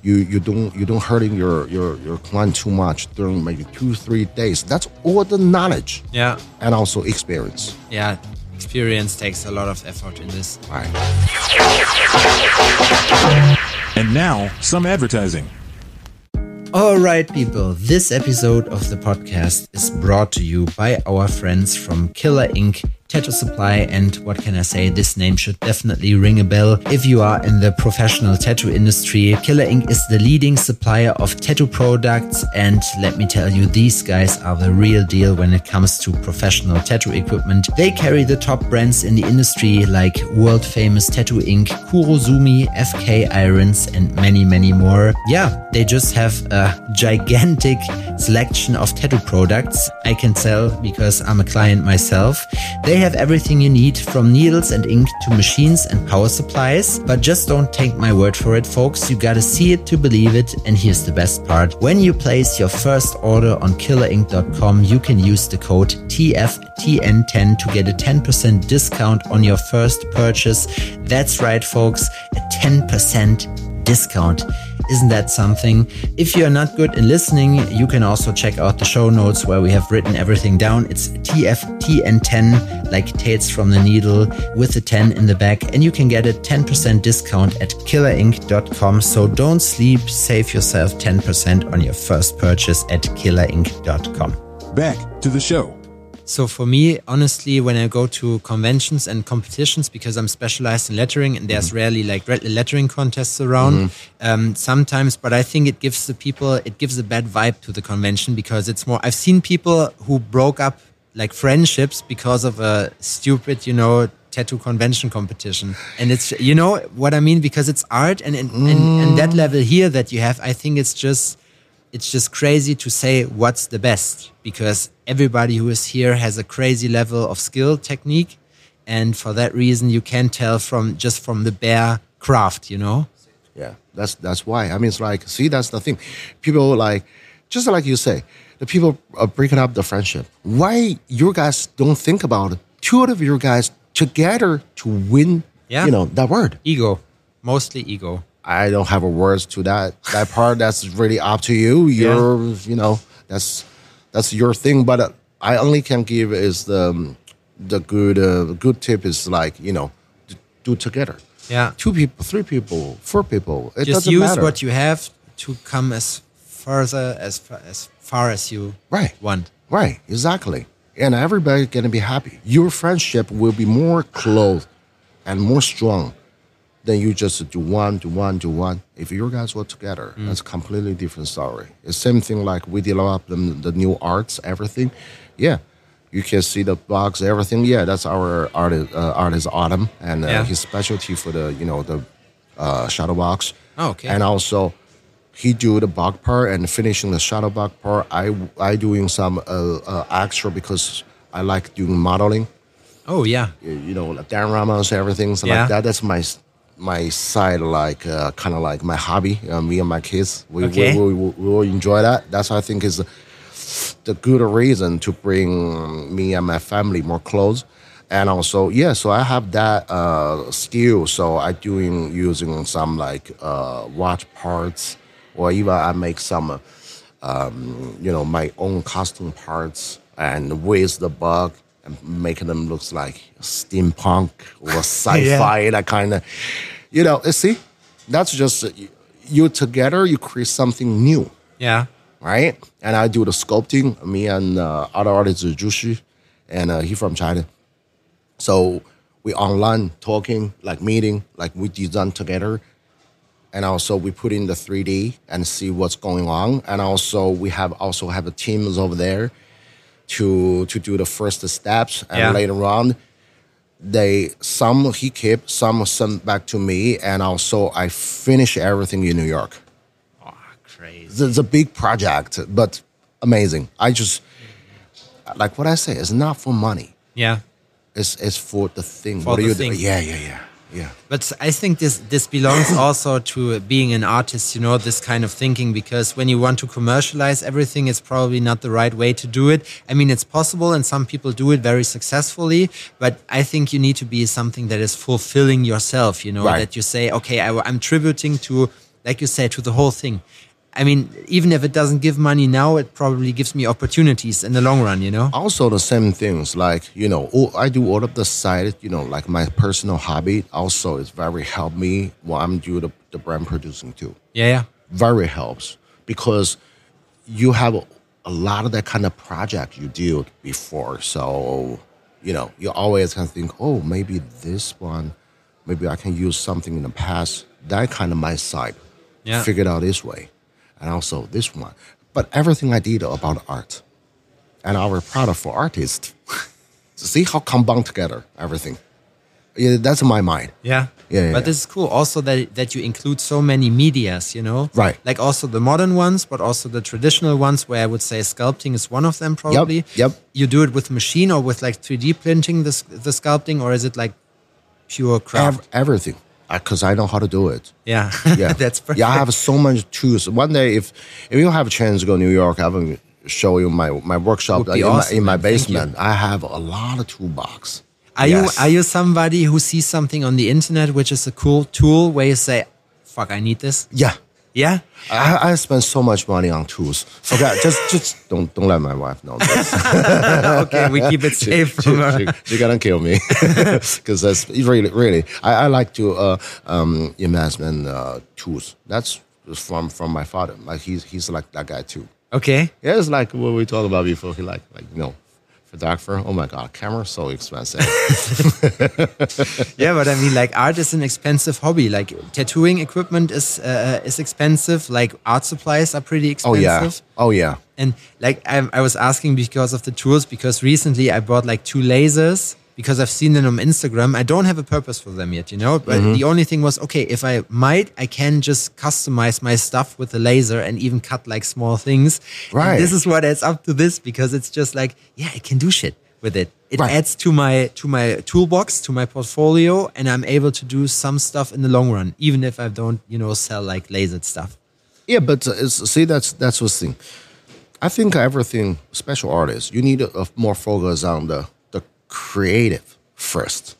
Speaker 2: you you don't you don't hurting your your your client too much during maybe two three days that's all the knowledge
Speaker 1: yeah.
Speaker 2: and also experience
Speaker 1: yeah, experience takes a lot of effort in this.
Speaker 2: right
Speaker 3: And now, some advertising.
Speaker 1: All right, people, this episode of the podcast is brought to you by our friends from Killer Inc., Tattoo Supply, and what can I say? This name should definitely ring a bell. If you are in the professional tattoo industry, Killer Inc. is the leading supplier of tattoo products, and let me tell you, these guys are the real deal when it comes to professional tattoo equipment. They carry the top brands in the industry like world famous Tattoo Inc., Kurozumi, FK Irons, and many, many more. Yeah, they just have a gigantic selection of tattoo products. I can tell because I'm a client myself. They have everything you need from needles and ink to machines and power supplies. But just don't take my word for it, folks. You gotta see it to believe it. And here's the best part when you place your first order on killerink.com, you can use the code TFTN10 to get a 10% discount on your first purchase. That's right, folks, a 10% discount. Isn't that something? If you're not good in listening, you can also check out the show notes where we have written everything down. It's TFTN10, like Tails from the Needle, with the 10 in the back, and you can get a 10% discount at killerinc.com. So don't sleep, save yourself 10% on your first purchase at killerinc.com.
Speaker 3: Back to the show.
Speaker 1: So for me, honestly, when I go to conventions and competitions, because I'm specialized in lettering, and there's rarely like re- lettering contests around um, sometimes, but I think it gives the people it gives a bad vibe to the convention because it's more. I've seen people who broke up like friendships because of a stupid, you know, tattoo convention competition, and it's you know what I mean because it's art, and and, and, and that level here that you have, I think it's just it's just crazy to say what's the best because everybody who is here has a crazy level of skill technique and for that reason you can tell from just from the bare craft you know
Speaker 2: Yeah, that's that's why. I mean, it's like see, that's the thing. People like, just like you say, the people are breaking up the friendship. Why you guys don't think about it? Two of you guys together to win.
Speaker 1: Yeah.
Speaker 2: You know that word.
Speaker 1: Ego, mostly ego.
Speaker 2: I don't have a words to that that part. That's really up to you. You're you know that's that's your thing. But uh, I only can give is the um, the good uh, good tip is like you know d- do together.
Speaker 1: Yeah.
Speaker 2: two people, three people, four people. It
Speaker 1: Just
Speaker 2: doesn't
Speaker 1: use
Speaker 2: matter.
Speaker 1: what you have to come as further as fa- as far as you
Speaker 2: right
Speaker 1: want.
Speaker 2: Right, exactly. And everybody gonna be happy. Your friendship will be more close and more strong than you just do one, do one, do one. If you guys were together, that's completely different story. It's same thing like we develop them, the new arts, everything. Yeah, you can see the box, everything. Yeah, that's our artist, uh, artist Autumn, and uh,
Speaker 1: Yeah.
Speaker 2: his specialty for the you know the uh, shadow box.
Speaker 1: Oh, okay.
Speaker 2: And also, he do the bug part and finishing the shadow bug part. I I doing some uh, uh, extra because I like doing modeling.
Speaker 1: Oh yeah,
Speaker 2: You you know, like Dan Ramos, everything so
Speaker 1: Yeah.
Speaker 2: like that. That's my s- my side, like uh, kind of like my hobby. Uh, me and my kids, we
Speaker 1: Okay.
Speaker 2: we, we, we we will enjoy that. That's why I think is the good reason to bring me and my family more close. And also, yeah, so I have that uh, skill. So I doing using some like uh, watch parts, or even I make some, uh, um, you know, my own custom parts and with the bug and making them looks like steampunk or sci-fi, that kind of, you know. eh, See, that's just you together. You create something new
Speaker 1: yeah.
Speaker 2: right? And I do the sculpting. Me and uh, other artist is Jushi, and uh, he from China. So we online talking, like meeting, like we design together, and also we put in the 3D and see what's going on. And also we have also have a teams over there to to do the first steps, and
Speaker 1: Yeah.
Speaker 2: later on. They some he kept some sent back to me, and also I finish everything in New York
Speaker 1: Oh, crazy.
Speaker 2: it's, it's a big project, but amazing. I just like what I say. It's not for money.
Speaker 1: Yeah.
Speaker 2: It's it's for the thing.
Speaker 1: For
Speaker 2: what
Speaker 1: the
Speaker 2: do you
Speaker 1: thing.
Speaker 2: do? Yeah, yeah, yeah, yeah.
Speaker 1: But I think this this belongs also to being an artist, you know, this kind of thinking because when you want to commercialize everything, it's probably not the right way to do it. I mean, it's possible and some people do it very successfully, but I think you need to be something that is fulfilling yourself, you know,
Speaker 2: Right.
Speaker 1: that you say, okay, I, am tributing to, like you say, to the whole thing. I mean, even if it doesn't give money now, it probably gives me opportunities in the long run, you know?
Speaker 2: Also, the same things like you know, all, I do all of the side. You know, like my personal hobby. Also, is very help me when I'm doing the, the brand producing too.
Speaker 1: Yeah, yeah.
Speaker 2: very helps because you have a lot of that kind of project you did before. So, you know, you always can think, oh, maybe this one, maybe I can use something in the past. That kind of my side.
Speaker 1: Yeah.
Speaker 2: Figured out this way. And also this one. But everything I did about art and our product for artists. See how combined together everything. Yeah, that's my mind.
Speaker 1: Yeah.
Speaker 2: Yeah, yeah,
Speaker 1: But
Speaker 2: yeah.
Speaker 1: this is cool also that that you include so many medias, you know?
Speaker 2: Right.
Speaker 1: Like also the modern ones, but also the traditional ones where I would say sculpting is one of them probably.
Speaker 2: yep.
Speaker 1: You do it with machine or with like 3D printing the s- the sculpting or is it like pure craft?
Speaker 2: Ev- everything. Because I know how to do it.
Speaker 1: yeah.
Speaker 2: Yeah,
Speaker 1: That's perfect.
Speaker 2: Yeah, I have so much tools. One day, if if you have a chance to go to New York, I will show you my my workshop
Speaker 1: Would be
Speaker 2: in,
Speaker 1: awesome,
Speaker 2: my, in my
Speaker 1: man. Thank you.
Speaker 2: basement. I have a lot of toolbox.
Speaker 1: Are
Speaker 2: Yes.
Speaker 1: you are you somebody who sees something on the internet which is a cool tool where you say, "Fuck, I need this."
Speaker 2: Yeah,
Speaker 1: Yeah.
Speaker 2: I, I spend so much money on tools. Forget just just don't don't let my wife know. This.
Speaker 1: okay, we keep it safe
Speaker 2: she,
Speaker 1: from her.
Speaker 2: she, she gonna kill me because that's really really. I, I like to uh, um, investment uh, tools. That's from from my father. Like he's he's like that guy too.
Speaker 1: Okay.
Speaker 2: Yeah, it's like what we talked about before. He like like you know, photographer. Oh my god, camera so expensive.
Speaker 1: yeah, but I mean, like art is an expensive hobby. Like tattooing equipment is uh, is expensive. Like art supplies are pretty
Speaker 2: oh yeah,
Speaker 1: expensive.
Speaker 2: oh yeah.
Speaker 1: And like I, I was asking because of the tools, because recently I bought like two lasers because I've seen them on Instagram. I don't have a purpose for them yet, you know. But
Speaker 2: Mm-hmm.
Speaker 1: the only thing was, okay, if I might, I can just customize my stuff with the laser and even cut like small things. And
Speaker 2: Right.
Speaker 1: this is what adds up to this because it's just like, yeah, I can do shit with it. It
Speaker 2: Right.
Speaker 1: adds to my to my toolbox, to my portfolio, and I'm able to do some stuff in the long run, even if I don't, you know, sell like lasered stuff.
Speaker 2: Yeah, but uh, it's, see, that's that's what's thing. I think everything uh, special artists, you need a, a more focus on the the creative first.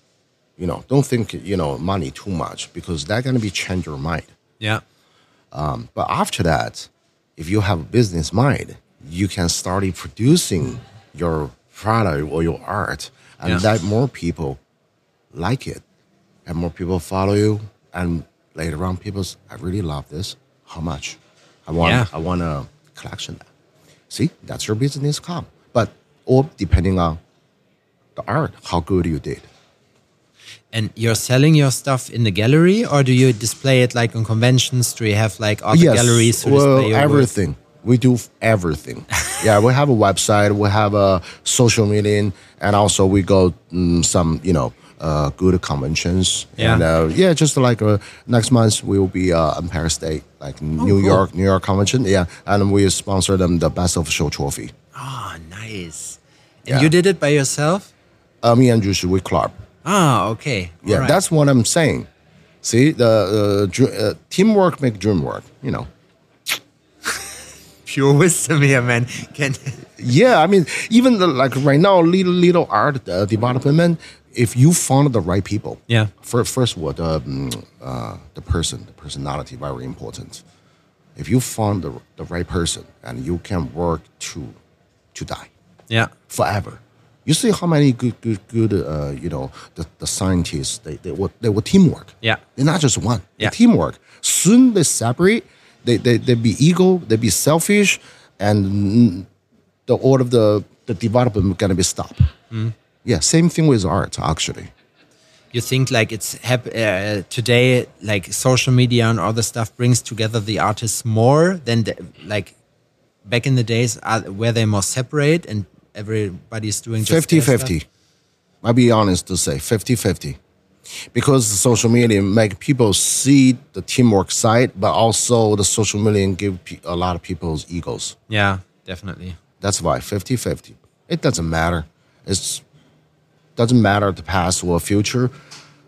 Speaker 2: You know, don't think you know money too much because that's gonna be change your mind.
Speaker 1: Yeah.
Speaker 2: But after that, if you have a business mind, you can start producing your product or your art, and
Speaker 1: Yeah.
Speaker 2: that more people like it, and more people follow you, and later on, people, s- I really love this. How much? I want.
Speaker 1: Yeah.
Speaker 2: I want a collection. That. See, that's your business card. But all depending on the art, how good you did.
Speaker 1: And you're selling your stuff in the gallery, or do you display it like on conventions? Do you have like art galleries who
Speaker 2: well,
Speaker 1: display your work?
Speaker 2: everything. We do f- everything. yeah, we have a website, we have a social meeting, and also we go mm, some, you know, uh, good conventions.
Speaker 1: Yeah.
Speaker 2: And uh, yeah, just like uh, next month we will be uh, in Paris State, like
Speaker 1: Oh,
Speaker 2: New York, New York convention. Yeah, and we sponsor them the Best of Show trophy.
Speaker 1: Ah, nice. And
Speaker 2: Yeah.
Speaker 1: you did it by yourself?
Speaker 2: Uh, me and Jushi, we club.
Speaker 1: Ah, okay.
Speaker 2: Yeah,
Speaker 1: Alright.
Speaker 2: that's what I'm saying. See, the uh, dr- uh, teamwork make dream work. You know.
Speaker 1: pure wisdom here, man. Can
Speaker 2: Yeah, I mean, even the, like right now, little little art uh, development. If you found the right people,
Speaker 1: Yeah.
Speaker 2: Fir- first of all, the mm, uh, the person, the personality, very important. If you found the the right person, and you can work to to die
Speaker 1: yeah.
Speaker 2: forever. You see how many good good good uh, you know the, the scientists they they were they were teamwork.
Speaker 1: Yeah.
Speaker 2: they're not just one.
Speaker 1: Yeah.
Speaker 2: They're teamwork. Soon they separate. They they they be ego. They be selfish, and the all of the the development gonna be stopped.
Speaker 1: Mm.
Speaker 2: Yeah, same thing with art actually.
Speaker 1: You think like it's hap- uh, today, like social media and other stuff brings together the artists more than the, like back in the days uh, where they more separate and everybody's doing just
Speaker 2: 50
Speaker 1: their stuff?
Speaker 2: 50 i'll be honest to say 50 50 because social media make people see the teamwork side but also the social media give pe- a lot of people's egos
Speaker 1: Yeah, definitely.
Speaker 2: that's why 50 50 it doesn't matter it's doesn't matter the past or future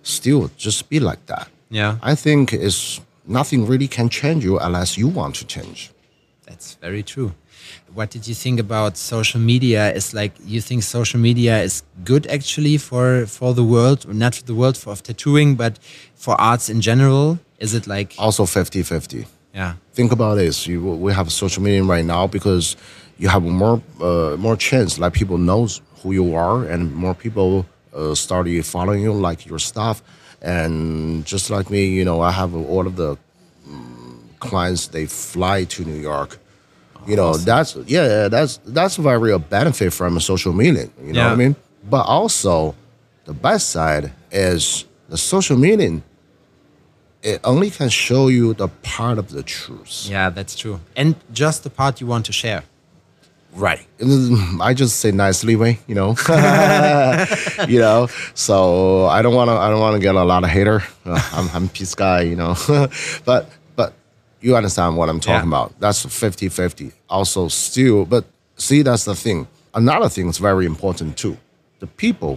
Speaker 2: still just be like that
Speaker 1: Yeah.
Speaker 2: i think it's nothing really can change you unless you want to change
Speaker 1: That's very true. What did you think about social media? Is like you think social media is good actually for for the world, not for the world for of tattooing, but for arts in general? Is it like
Speaker 2: also 50 50
Speaker 1: yeah,
Speaker 2: think about this. You, we have social media right now because you have more uh, more chance. Like people knows who you are, and more people uh, start you following you, like your stuff. And just like me, you know, I have all of the mm, clients. They fly to New York. You know, that's yeah, yeah, that's that's a very uh, benefit from social media. You know what I
Speaker 1: Yeah.
Speaker 2: mean? But also, the bad side is the social media. It only can show you the part of the truth.
Speaker 1: yeah, that's true. And just the part you want to share.
Speaker 2: Right. I just say nicely way, you know. you know. So I don't wanna I don't wanna get a lot of hater. Uh, I'm I'm peace guy, you know. but but you understand what I'm talking
Speaker 1: Yeah.
Speaker 2: about. That's 50-50. Also still but see that's the thing. Another thing is very important too. The people,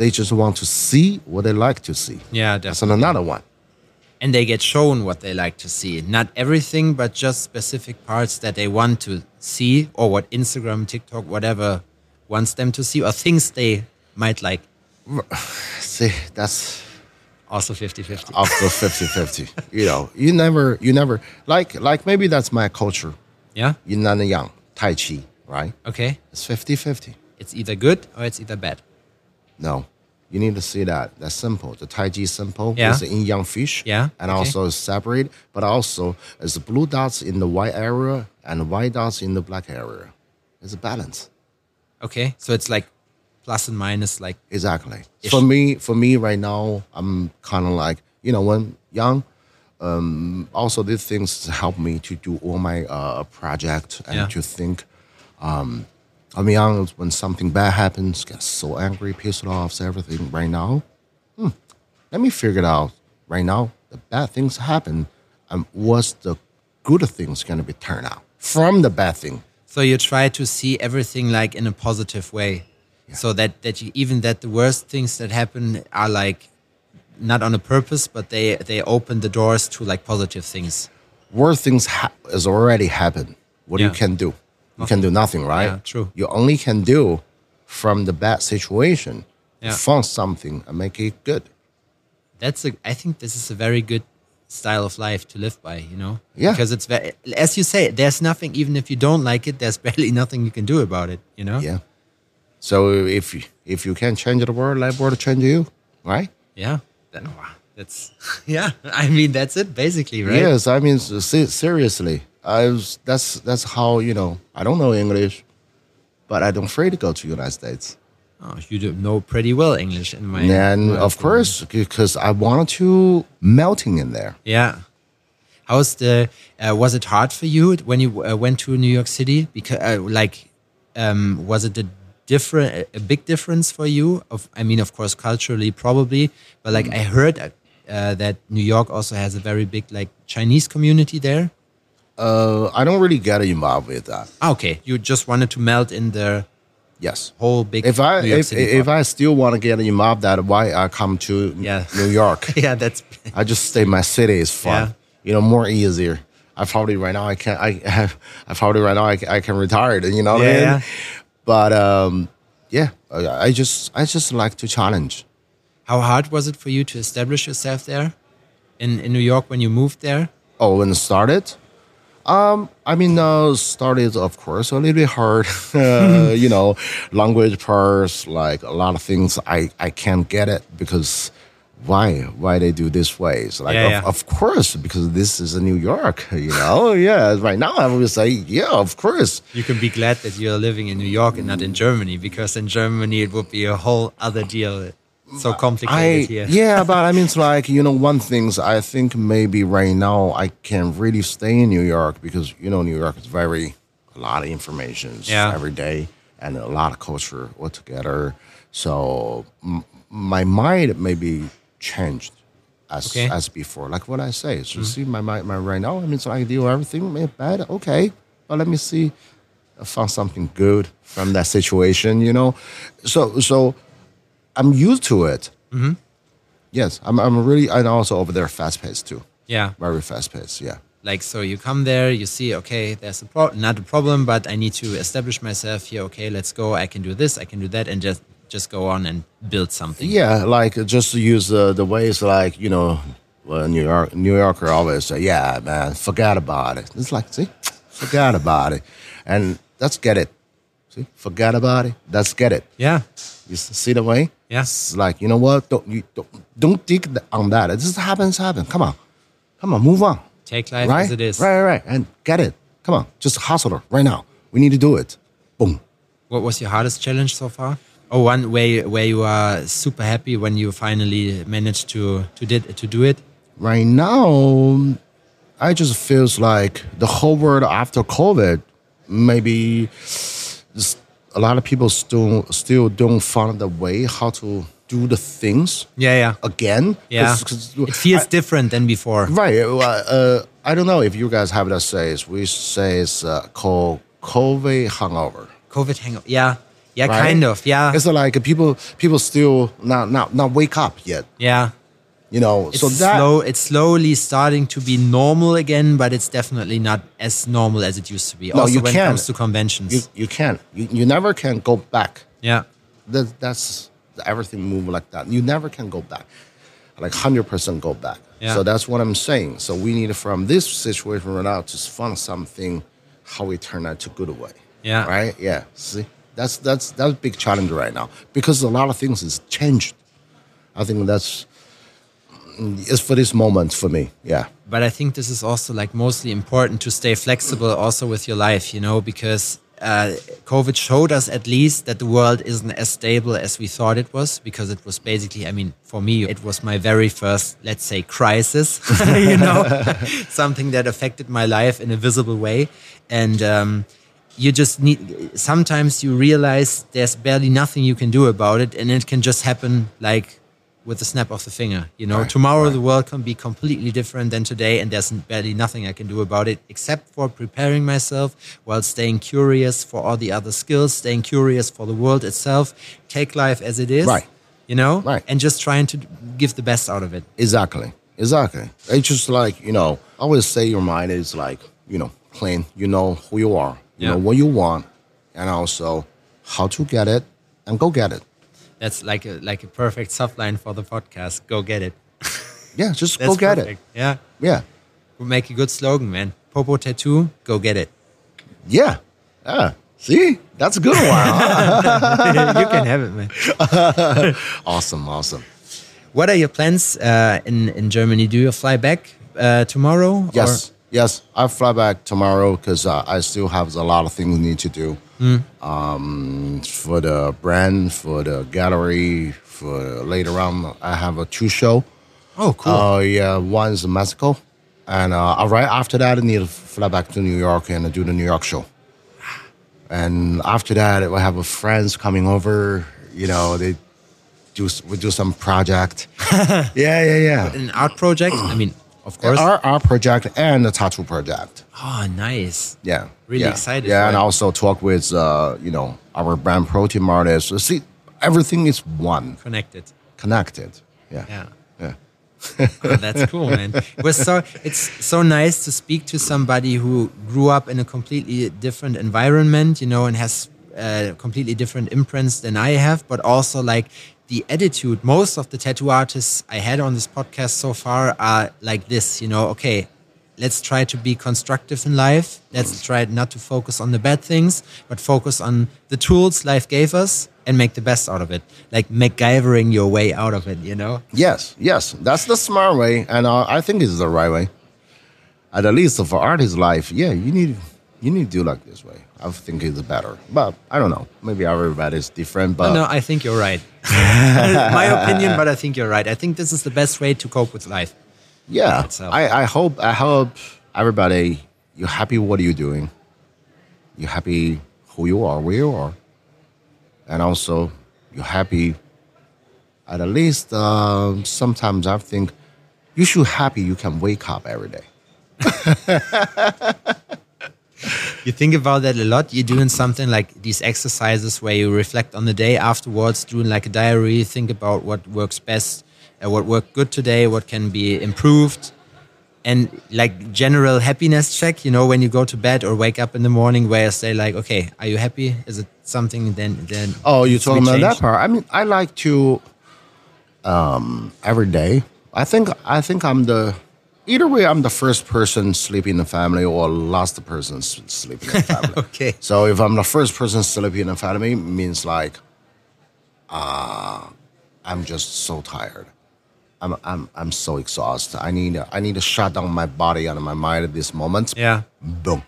Speaker 2: they just want to see what they like to see.
Speaker 1: Yeah,
Speaker 2: That's
Speaker 1: definitely.
Speaker 2: another one.
Speaker 1: And they get shown what they like to see, not everything, but just specific parts that they want to see, or what Instagram, TikTok, whatever wants them to see, or things they might like.
Speaker 2: See, that's
Speaker 1: Also 50-50.
Speaker 2: after 50-50. you know, you never you never like like maybe that's my culture.
Speaker 1: Yeah.
Speaker 2: yin and yang, tai chi, right?
Speaker 1: Okay.
Speaker 2: It's 50 50.
Speaker 1: It's either good or it's either bad.
Speaker 2: No, you need to see that. That's simple. The tai chi is simple.
Speaker 1: Yeah.
Speaker 2: It's a yin yang fish.
Speaker 1: Yeah,
Speaker 2: And
Speaker 1: okay.
Speaker 2: also it's separate, but also it's blue dots in the white area and white dots in the black area. It's a balance.
Speaker 1: Okay. So it's like plus and minus, like,
Speaker 2: Exactly. For me, for me right now, I'm kind of like, you know, when young, um, also these things help me to do all my uh, project and
Speaker 1: Yeah.
Speaker 2: to think. Um, I'm young, when something bad happens, get so angry, pissed off, so everything right now. hmm, let me figure it out. Right now, the bad things happen. And what's the good things going to be turned out from the bad thing?
Speaker 1: so you try to see everything like in a positive way. So that, that you, even that the worst things that happen are like not on a purpose, but they, they open the doors to like positive things.
Speaker 2: worse things ha- has already happened. What you
Speaker 1: Yeah.
Speaker 2: can do, you can do nothing, right?
Speaker 1: Yeah, true.
Speaker 2: You only can do from the bad situation,
Speaker 1: Yeah.
Speaker 2: find something and make it good.
Speaker 1: that's a, I think this is a very good style of life to live by, you know?
Speaker 2: Yeah.
Speaker 1: Because it's very, as you say, there's nothing, even if you don't like it, there's barely nothing you can do about it, you know?
Speaker 2: Yeah. So if you, if you can change the world, let world change you, right?
Speaker 1: Yeah. That- wow, that's, yeah. I mean, that's it basically, right?
Speaker 2: Yes, I mean se- seriously. I was, that's that's how you know. I don't know English, but I don't afraid to go to United States.
Speaker 1: Oh, you do know pretty well English in my.
Speaker 2: And
Speaker 1: my
Speaker 2: of
Speaker 1: opinion.
Speaker 2: course, because I wanted to melting in there.
Speaker 1: Yeah. How's the? Uh, was it hard for you when you uh, went to New York City? Because uh, like, um, was it a different, a big difference for you? Of, I mean, of course, culturally probably, but like I heard uh, uh, that New York also has a very big like Chinese community there.
Speaker 2: Uh, I don't really get involved with that.
Speaker 1: Ah, okay, you just wanted to melt in the
Speaker 2: Yes.
Speaker 1: whole big.
Speaker 2: If I
Speaker 1: New York
Speaker 2: if,
Speaker 1: City
Speaker 2: if
Speaker 1: part.
Speaker 2: I still want to get involved, that why I come to
Speaker 1: Yeah.
Speaker 2: New York.
Speaker 1: yeah, that's
Speaker 2: I just stay my city is fun.
Speaker 1: Yeah.
Speaker 2: You know, more easier. I probably right now I can't. I I probably right now I, I can retire. You know what I
Speaker 1: Yeah,
Speaker 2: mean?
Speaker 1: yeah.
Speaker 2: But um, yeah, I, I just I just like to challenge.
Speaker 1: how hard was it for you to establish yourself there, in in New York when you moved there?
Speaker 2: Oh, when it started, um, I mean, uh, started of course a little bit hard. uh, you know, language parts like a lot of things I I can't get it because why why they do this way? It's like
Speaker 1: Yeah,
Speaker 2: of,
Speaker 1: yeah.
Speaker 2: of course because this is a New York. You know, yeah. Right now I would say yeah, of course.
Speaker 1: you can be glad that you're living in New York and not in Germany, because in Germany it would be a whole other deal. So complicated
Speaker 2: I,
Speaker 1: here.
Speaker 2: yeah, but I mean, it's like, you know, one thing's I think maybe right now I can really stay in New York because, you know, New York is very, a lot of information
Speaker 1: Yeah.
Speaker 2: every day and a lot of culture altogether. So m- my mind maybe changed as
Speaker 1: Okay.
Speaker 2: as before. Like what I say, so see my mind my, right now, I mean, so I deal with everything eh, bad, okay, but let me see I found something good from that situation, you know. So so I'm used to it. Yes, I'm. I'm really, and also over there fast paced too.
Speaker 1: Yeah.
Speaker 2: Very fast paced. Yeah.
Speaker 1: Like, so you come there, you see, okay, there's a pro- not a problem, but I need to establish myself here. Okay, let's go. I can do this, I can do that, and just just go on and build something.
Speaker 2: Yeah, like just to use uh, the ways like you know, well, New York New Yorker always say, "Yeah, man, forgot about it." It's like, see, forgot about it, and that's get it. See, forgot about it. That's get it.
Speaker 1: Yeah.
Speaker 2: You s- see the way?
Speaker 1: Yeah.
Speaker 2: It's like you know what? Don't you don't, don't dig th- on that. It just happens. Happen. Come on, come on, move on.
Speaker 1: Take life
Speaker 2: right?
Speaker 1: as it is.
Speaker 2: Right, right, right. And get it. Come on, just hustle it right now. We need to do it. Boom.
Speaker 1: What was your hardest challenge so far? Oh, one way where you are super happy when you finally managed to to did to do it.
Speaker 2: Right now, I just feels like the whole world after COVID, maybe s- a lot of people still still don't find the way how to do the things
Speaker 1: Yeah, yeah,
Speaker 2: again.
Speaker 1: yeah.
Speaker 2: 'Cause- 'cause
Speaker 1: it feels
Speaker 2: I-
Speaker 1: different than before.
Speaker 2: Right. Uh, uh, I don't know if you guys have that says. We say it's uh, called COVID hangover.
Speaker 1: COVID hangover. Yeah. Yeah,
Speaker 2: right?
Speaker 1: kind of. Yeah.
Speaker 2: It's like people people still not not not wake up yet.
Speaker 1: yeah.
Speaker 2: You know.
Speaker 1: It's
Speaker 2: so that
Speaker 1: slow it's slowly starting to be normal again, but it's definitely not as normal as it used to be.
Speaker 2: No,
Speaker 1: also
Speaker 2: you
Speaker 1: when it
Speaker 2: can't.
Speaker 1: comes to conventions.
Speaker 2: you you can't you, you never can go back.
Speaker 1: yeah.
Speaker 2: That that's everything move like that. You never can go back. Like hundred percent go back.
Speaker 1: Yeah.
Speaker 2: So that's what I'm saying. So we need from this situation right now to find something how we turn out to good way.
Speaker 1: Yeah.
Speaker 2: Right? Yeah. See? That's that's that's a big challenge right now. Because a lot of things is changed. I think that's it's for this moment for me. Yeah.
Speaker 1: But I think this is also like mostly important to stay flexible also with your life, you know, because uh, COVID showed us at least that the world isn't as stable as we thought it was, because it was basically, I mean, for me, it was my very first, let's say, crisis, you know, something that affected my life in a visible way. And, um, you just need sometimes you realize there's barely nothing you can do about it and it can just happen like with a snap of the finger you know tomorrow the world can be completely different than today and there's barely nothing i can do about it except for preparing myself while staying curious for all the other skills staying curious for the world itself take life as it is
Speaker 2: Right.
Speaker 1: you know
Speaker 2: Right.
Speaker 1: and just trying to give the best out of it
Speaker 2: Exactly. Exactly. It's just like, you know, I always say your mind is like, you know, clean. You know who you are. You
Speaker 1: Yeah.
Speaker 2: know what you want. And also how to get it and go get it.
Speaker 1: that's like a like a perfect subline for the podcast go get it
Speaker 2: Yeah, just
Speaker 1: That's
Speaker 2: go get
Speaker 1: perfect. Yeah.
Speaker 2: it. Yeah.
Speaker 1: We'll make a good slogan, man. Popo Tattoo, go get it.
Speaker 2: Yeah. Ah, see? That's a good one. huh?
Speaker 1: you can have it, man.
Speaker 2: awesome. Awesome.
Speaker 1: What are your plans uh, in, in Germany? Do you fly back uh, tomorrow?
Speaker 2: Yes. Yes. I fly back tomorrow because uh, I still have a lot of things need to do
Speaker 1: Hmm.
Speaker 2: um, for the brand, for the gallery, for later on. I have a two show.
Speaker 1: Or, oh, cool.
Speaker 2: Uh, yeah, one's in Mexico. And uh, right after that, I need to fly back to New York and do the New York show. And after that, I have friends coming over. You know, they do we do some project. yeah, yeah, yeah.
Speaker 1: An art project? I mean, of course.
Speaker 2: Our, our project and the tattoo project.
Speaker 1: Oh, nice.
Speaker 2: Yeah.
Speaker 1: Really
Speaker 2: yeah.
Speaker 1: excited
Speaker 2: Yeah,
Speaker 1: for
Speaker 2: and
Speaker 1: it.
Speaker 2: also talk with uh, you know our brand protein artists. See, everything is one
Speaker 1: Connected.
Speaker 2: connected. Yeah.
Speaker 1: Yeah.
Speaker 2: Yeah.
Speaker 1: Oh, that's cool, man. We're so it's so nice to speak to somebody who grew up in a completely different environment, you know, and has uh, completely different imprints than I have, but also like the attitude. Most of the tattoo artists I had on this podcast so far are like this, you know. Okay, let's try to be constructive in life. Let's try not to focus on the bad things, but focus on the tools life gave us and make the best out of it. Like MacGyvering your way out of it, you know.
Speaker 2: Yes, yes, that's the smart way, and uh, I think it's the right way. At least for artist life, yeah, you need you need to do like this way. I think it's better, but I don't know. Maybe everybody's different, but
Speaker 1: No, I think you're right. My opinion, but I think you're right. I think this is the best way to cope with life.
Speaker 2: yeah,
Speaker 1: itself.
Speaker 2: I, I hope I hope everybody you're happy what you're doing, you're happy who you are, where you are, and also you're happy. At least um, sometimes I think you should happy you can wake up every day.
Speaker 1: You think about that a lot. You're doing something like these exercises where you reflect on the day afterwards, doing like a diary, think about what works best, uh, what worked good today, what can be improved. And like general happiness check, you know, when you go to bed or wake up in the morning, where you say like, okay, are you happy? Is it something? Then, then.
Speaker 2: Oh, you're
Speaker 1: needs to be
Speaker 2: talking about that
Speaker 1: changed?
Speaker 2: part. I mean, I like to um, every day. I think I think I'm the either way. I'm the first person sleeping in the family or last person s- sleeping in the family.
Speaker 1: Okay.
Speaker 2: So if I'm the first person sleeping in the family, means like, uh, I'm just so tired. I'm I'm I'm so exhausted. I need I need to shut down my body and my mind at this moment
Speaker 1: Yeah.
Speaker 2: boom.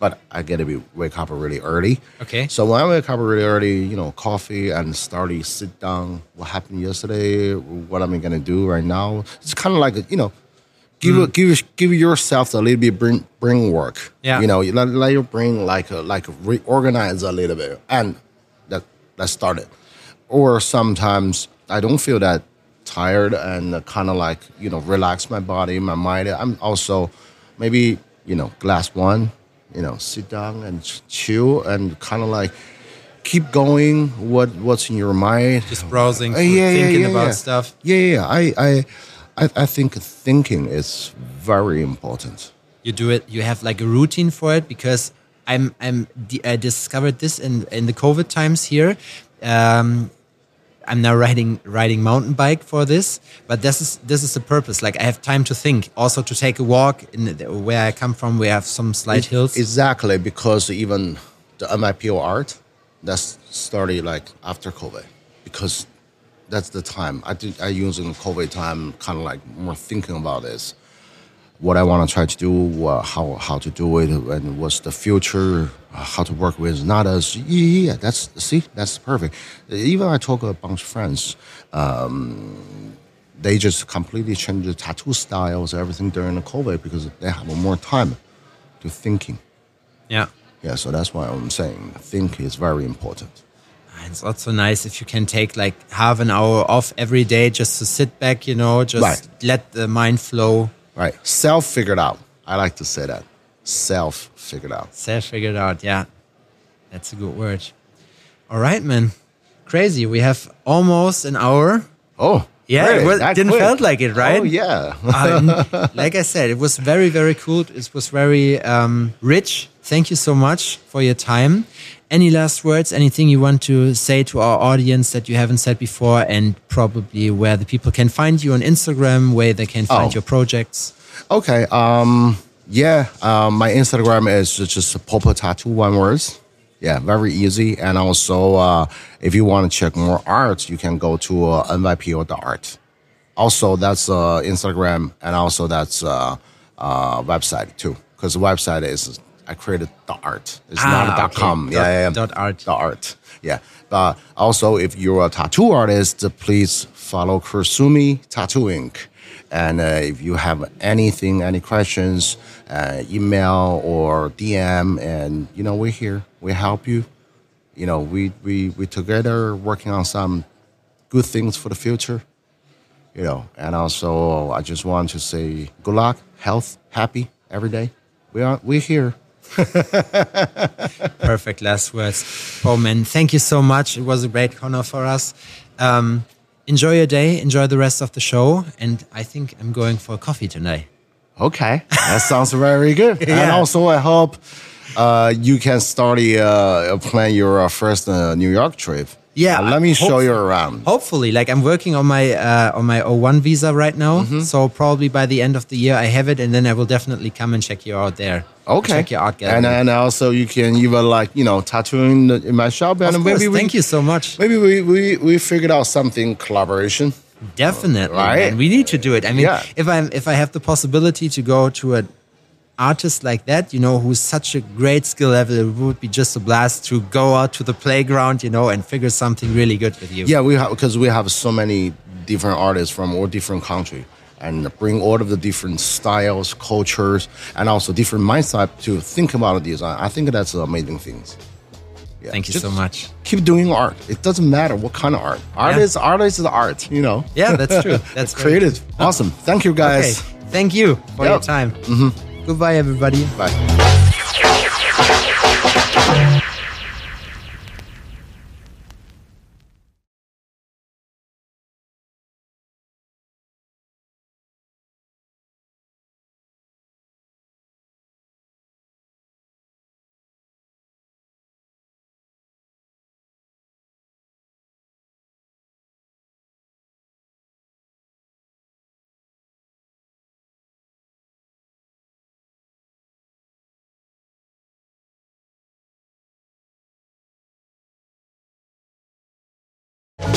Speaker 2: But I get to be wake up really early.
Speaker 1: Okay.
Speaker 2: So when I wake up really early, you know, coffee and start to sit down. What happened yesterday? What am I gonna do right now? It's kind of like you know, give
Speaker 1: Mm.
Speaker 2: give give yourself a little bit brain brain work.
Speaker 1: Yeah.
Speaker 2: Oh, You know, you let, let your brain like uh, like reorganize a little bit, and that that started. Or sometimes I don't feel that tired and kind of like you know relax my body, my mind. I'm also maybe you know glass one, you know sit down and ch- chill and kind of like keep going. What what's in your mind?
Speaker 1: Just browsing,
Speaker 2: Uh, yeah, yeah,
Speaker 1: thinking
Speaker 2: yeah,
Speaker 1: about
Speaker 2: yeah.
Speaker 1: stuff.
Speaker 2: Yeah, yeah. yeah. I, I, I, I think thinking is very important.
Speaker 1: you do it you have like a routine for it because i'm i'm di- i discovered this in in the covid times here um i'm now riding riding mountain bike for this but this is this is the purpose like i have time to think also to take a walk in the, where i come from we have some slight hills
Speaker 2: Exactly, because even the MIPO art, that's started like after COVID, because that's the time I did. I use in COVID time, kind of like more thinking about this, what I want to try to do, uh, how how to do it, and what's the future, uh, how to work with not us. Yeah, yeah, yeah, that's see, that's perfect. Even I talk to a bunch of friends. Um, they just completely changed the tattoo styles, everything during the COVID because they have more time to thinking.
Speaker 1: yeah
Speaker 2: Yeah, so that's why I'm saying think is very important.
Speaker 1: And Ah, it's also nice if you can take like half an hour off every day just to sit back you know just
Speaker 2: Right.
Speaker 1: let the mind flow
Speaker 2: Right. Self figured out. I like to say that. Self figured out.
Speaker 1: Self figured out, yeah. That's a good word. All right, man. Crazy. We have almost an hour.
Speaker 2: Oh.
Speaker 1: Yeah,
Speaker 2: really?
Speaker 1: it was,
Speaker 2: That
Speaker 1: didn't
Speaker 2: quick?
Speaker 1: felt like it, right?
Speaker 2: Oh yeah.
Speaker 1: Uh, n- like I said, it was very, very cool. It was very um, rich Thank you so much for your time. Any last words, anything you want to say to our audience that you haven't said before, and probably where the people can find you on Instagram, where they can find
Speaker 2: Oh.
Speaker 1: your projects?
Speaker 2: Okay. Um. Yeah. Um. My Instagram is ju- just Popo Tattoo one words. Yeah, very easy. And also, uh, if you want to check more art, you can go to uh, nypo.art. Also, that's uh, Instagram, and also that's uh, uh, website too. Because the website is I created the art. It's
Speaker 1: Ah,
Speaker 2: not a dot
Speaker 1: okay.
Speaker 2: com.
Speaker 1: Dot-
Speaker 2: yeah, yeah, yeah.
Speaker 1: dot art.
Speaker 2: The art. Yeah. But also, if you're a tattoo artist, please follow Kursumi Tattoo Inc. And uh, if you have anything, any questions, uh, email or DM, and you know we're here. We help you. You know we we we together working on some good things for the future. You know, and also I just want to say good luck, health, happy every day. We are we're here.
Speaker 1: Perfect last words. Paul, man, thank you so much. It was a great honor for us. Um, enjoy your day, enjoy the rest of the show, and I think I'm going for a coffee tonight.
Speaker 2: Okay, that sounds very good. And also, I hope uh, you can start uh, plan your uh, first uh, New York trip.
Speaker 1: Yeah,
Speaker 2: Uh, let me show
Speaker 1: hopefully-
Speaker 2: you around.
Speaker 1: Hopefully, like I'm working on my uh, on my O1 visa right now,
Speaker 2: Mm-hmm.
Speaker 1: so probably by the end of the year I have it, and then I will definitely come and check you out there.
Speaker 2: Okay,
Speaker 1: check your art gallery.
Speaker 2: and uh, and also you can even like you know tattooing in my shop, and
Speaker 1: of course,
Speaker 2: maybe we
Speaker 1: thank you so much.
Speaker 2: maybe we, we we figured out something collaboration.
Speaker 1: Definitely,
Speaker 2: Right?
Speaker 1: man. we need to do it. I mean,
Speaker 2: Yeah.
Speaker 1: if I am if I have the possibility to go to an artist like that, you know, who's such a great skill level, it would be just a blast to go out to the playground, you know, and figure something really good with you.
Speaker 2: Yeah, we have because we have so many different artists from all different country and bring all of the different styles, cultures, and also different mindset to think about design. I think that's amazing things. Yeah.
Speaker 1: Thank you
Speaker 2: Just
Speaker 1: so much.
Speaker 2: Keep doing art. It doesn't matter what kind of art. Art
Speaker 1: Yeah.
Speaker 2: is art is the art. You know.
Speaker 1: Yeah, that's true. That's very good.
Speaker 2: creative. Awesome. Thank you
Speaker 1: Okay,
Speaker 2: guys.
Speaker 1: thank you for your
Speaker 2: Yep.
Speaker 1: time.
Speaker 2: Mm-hmm.
Speaker 1: Goodbye, everybody.
Speaker 2: Bye.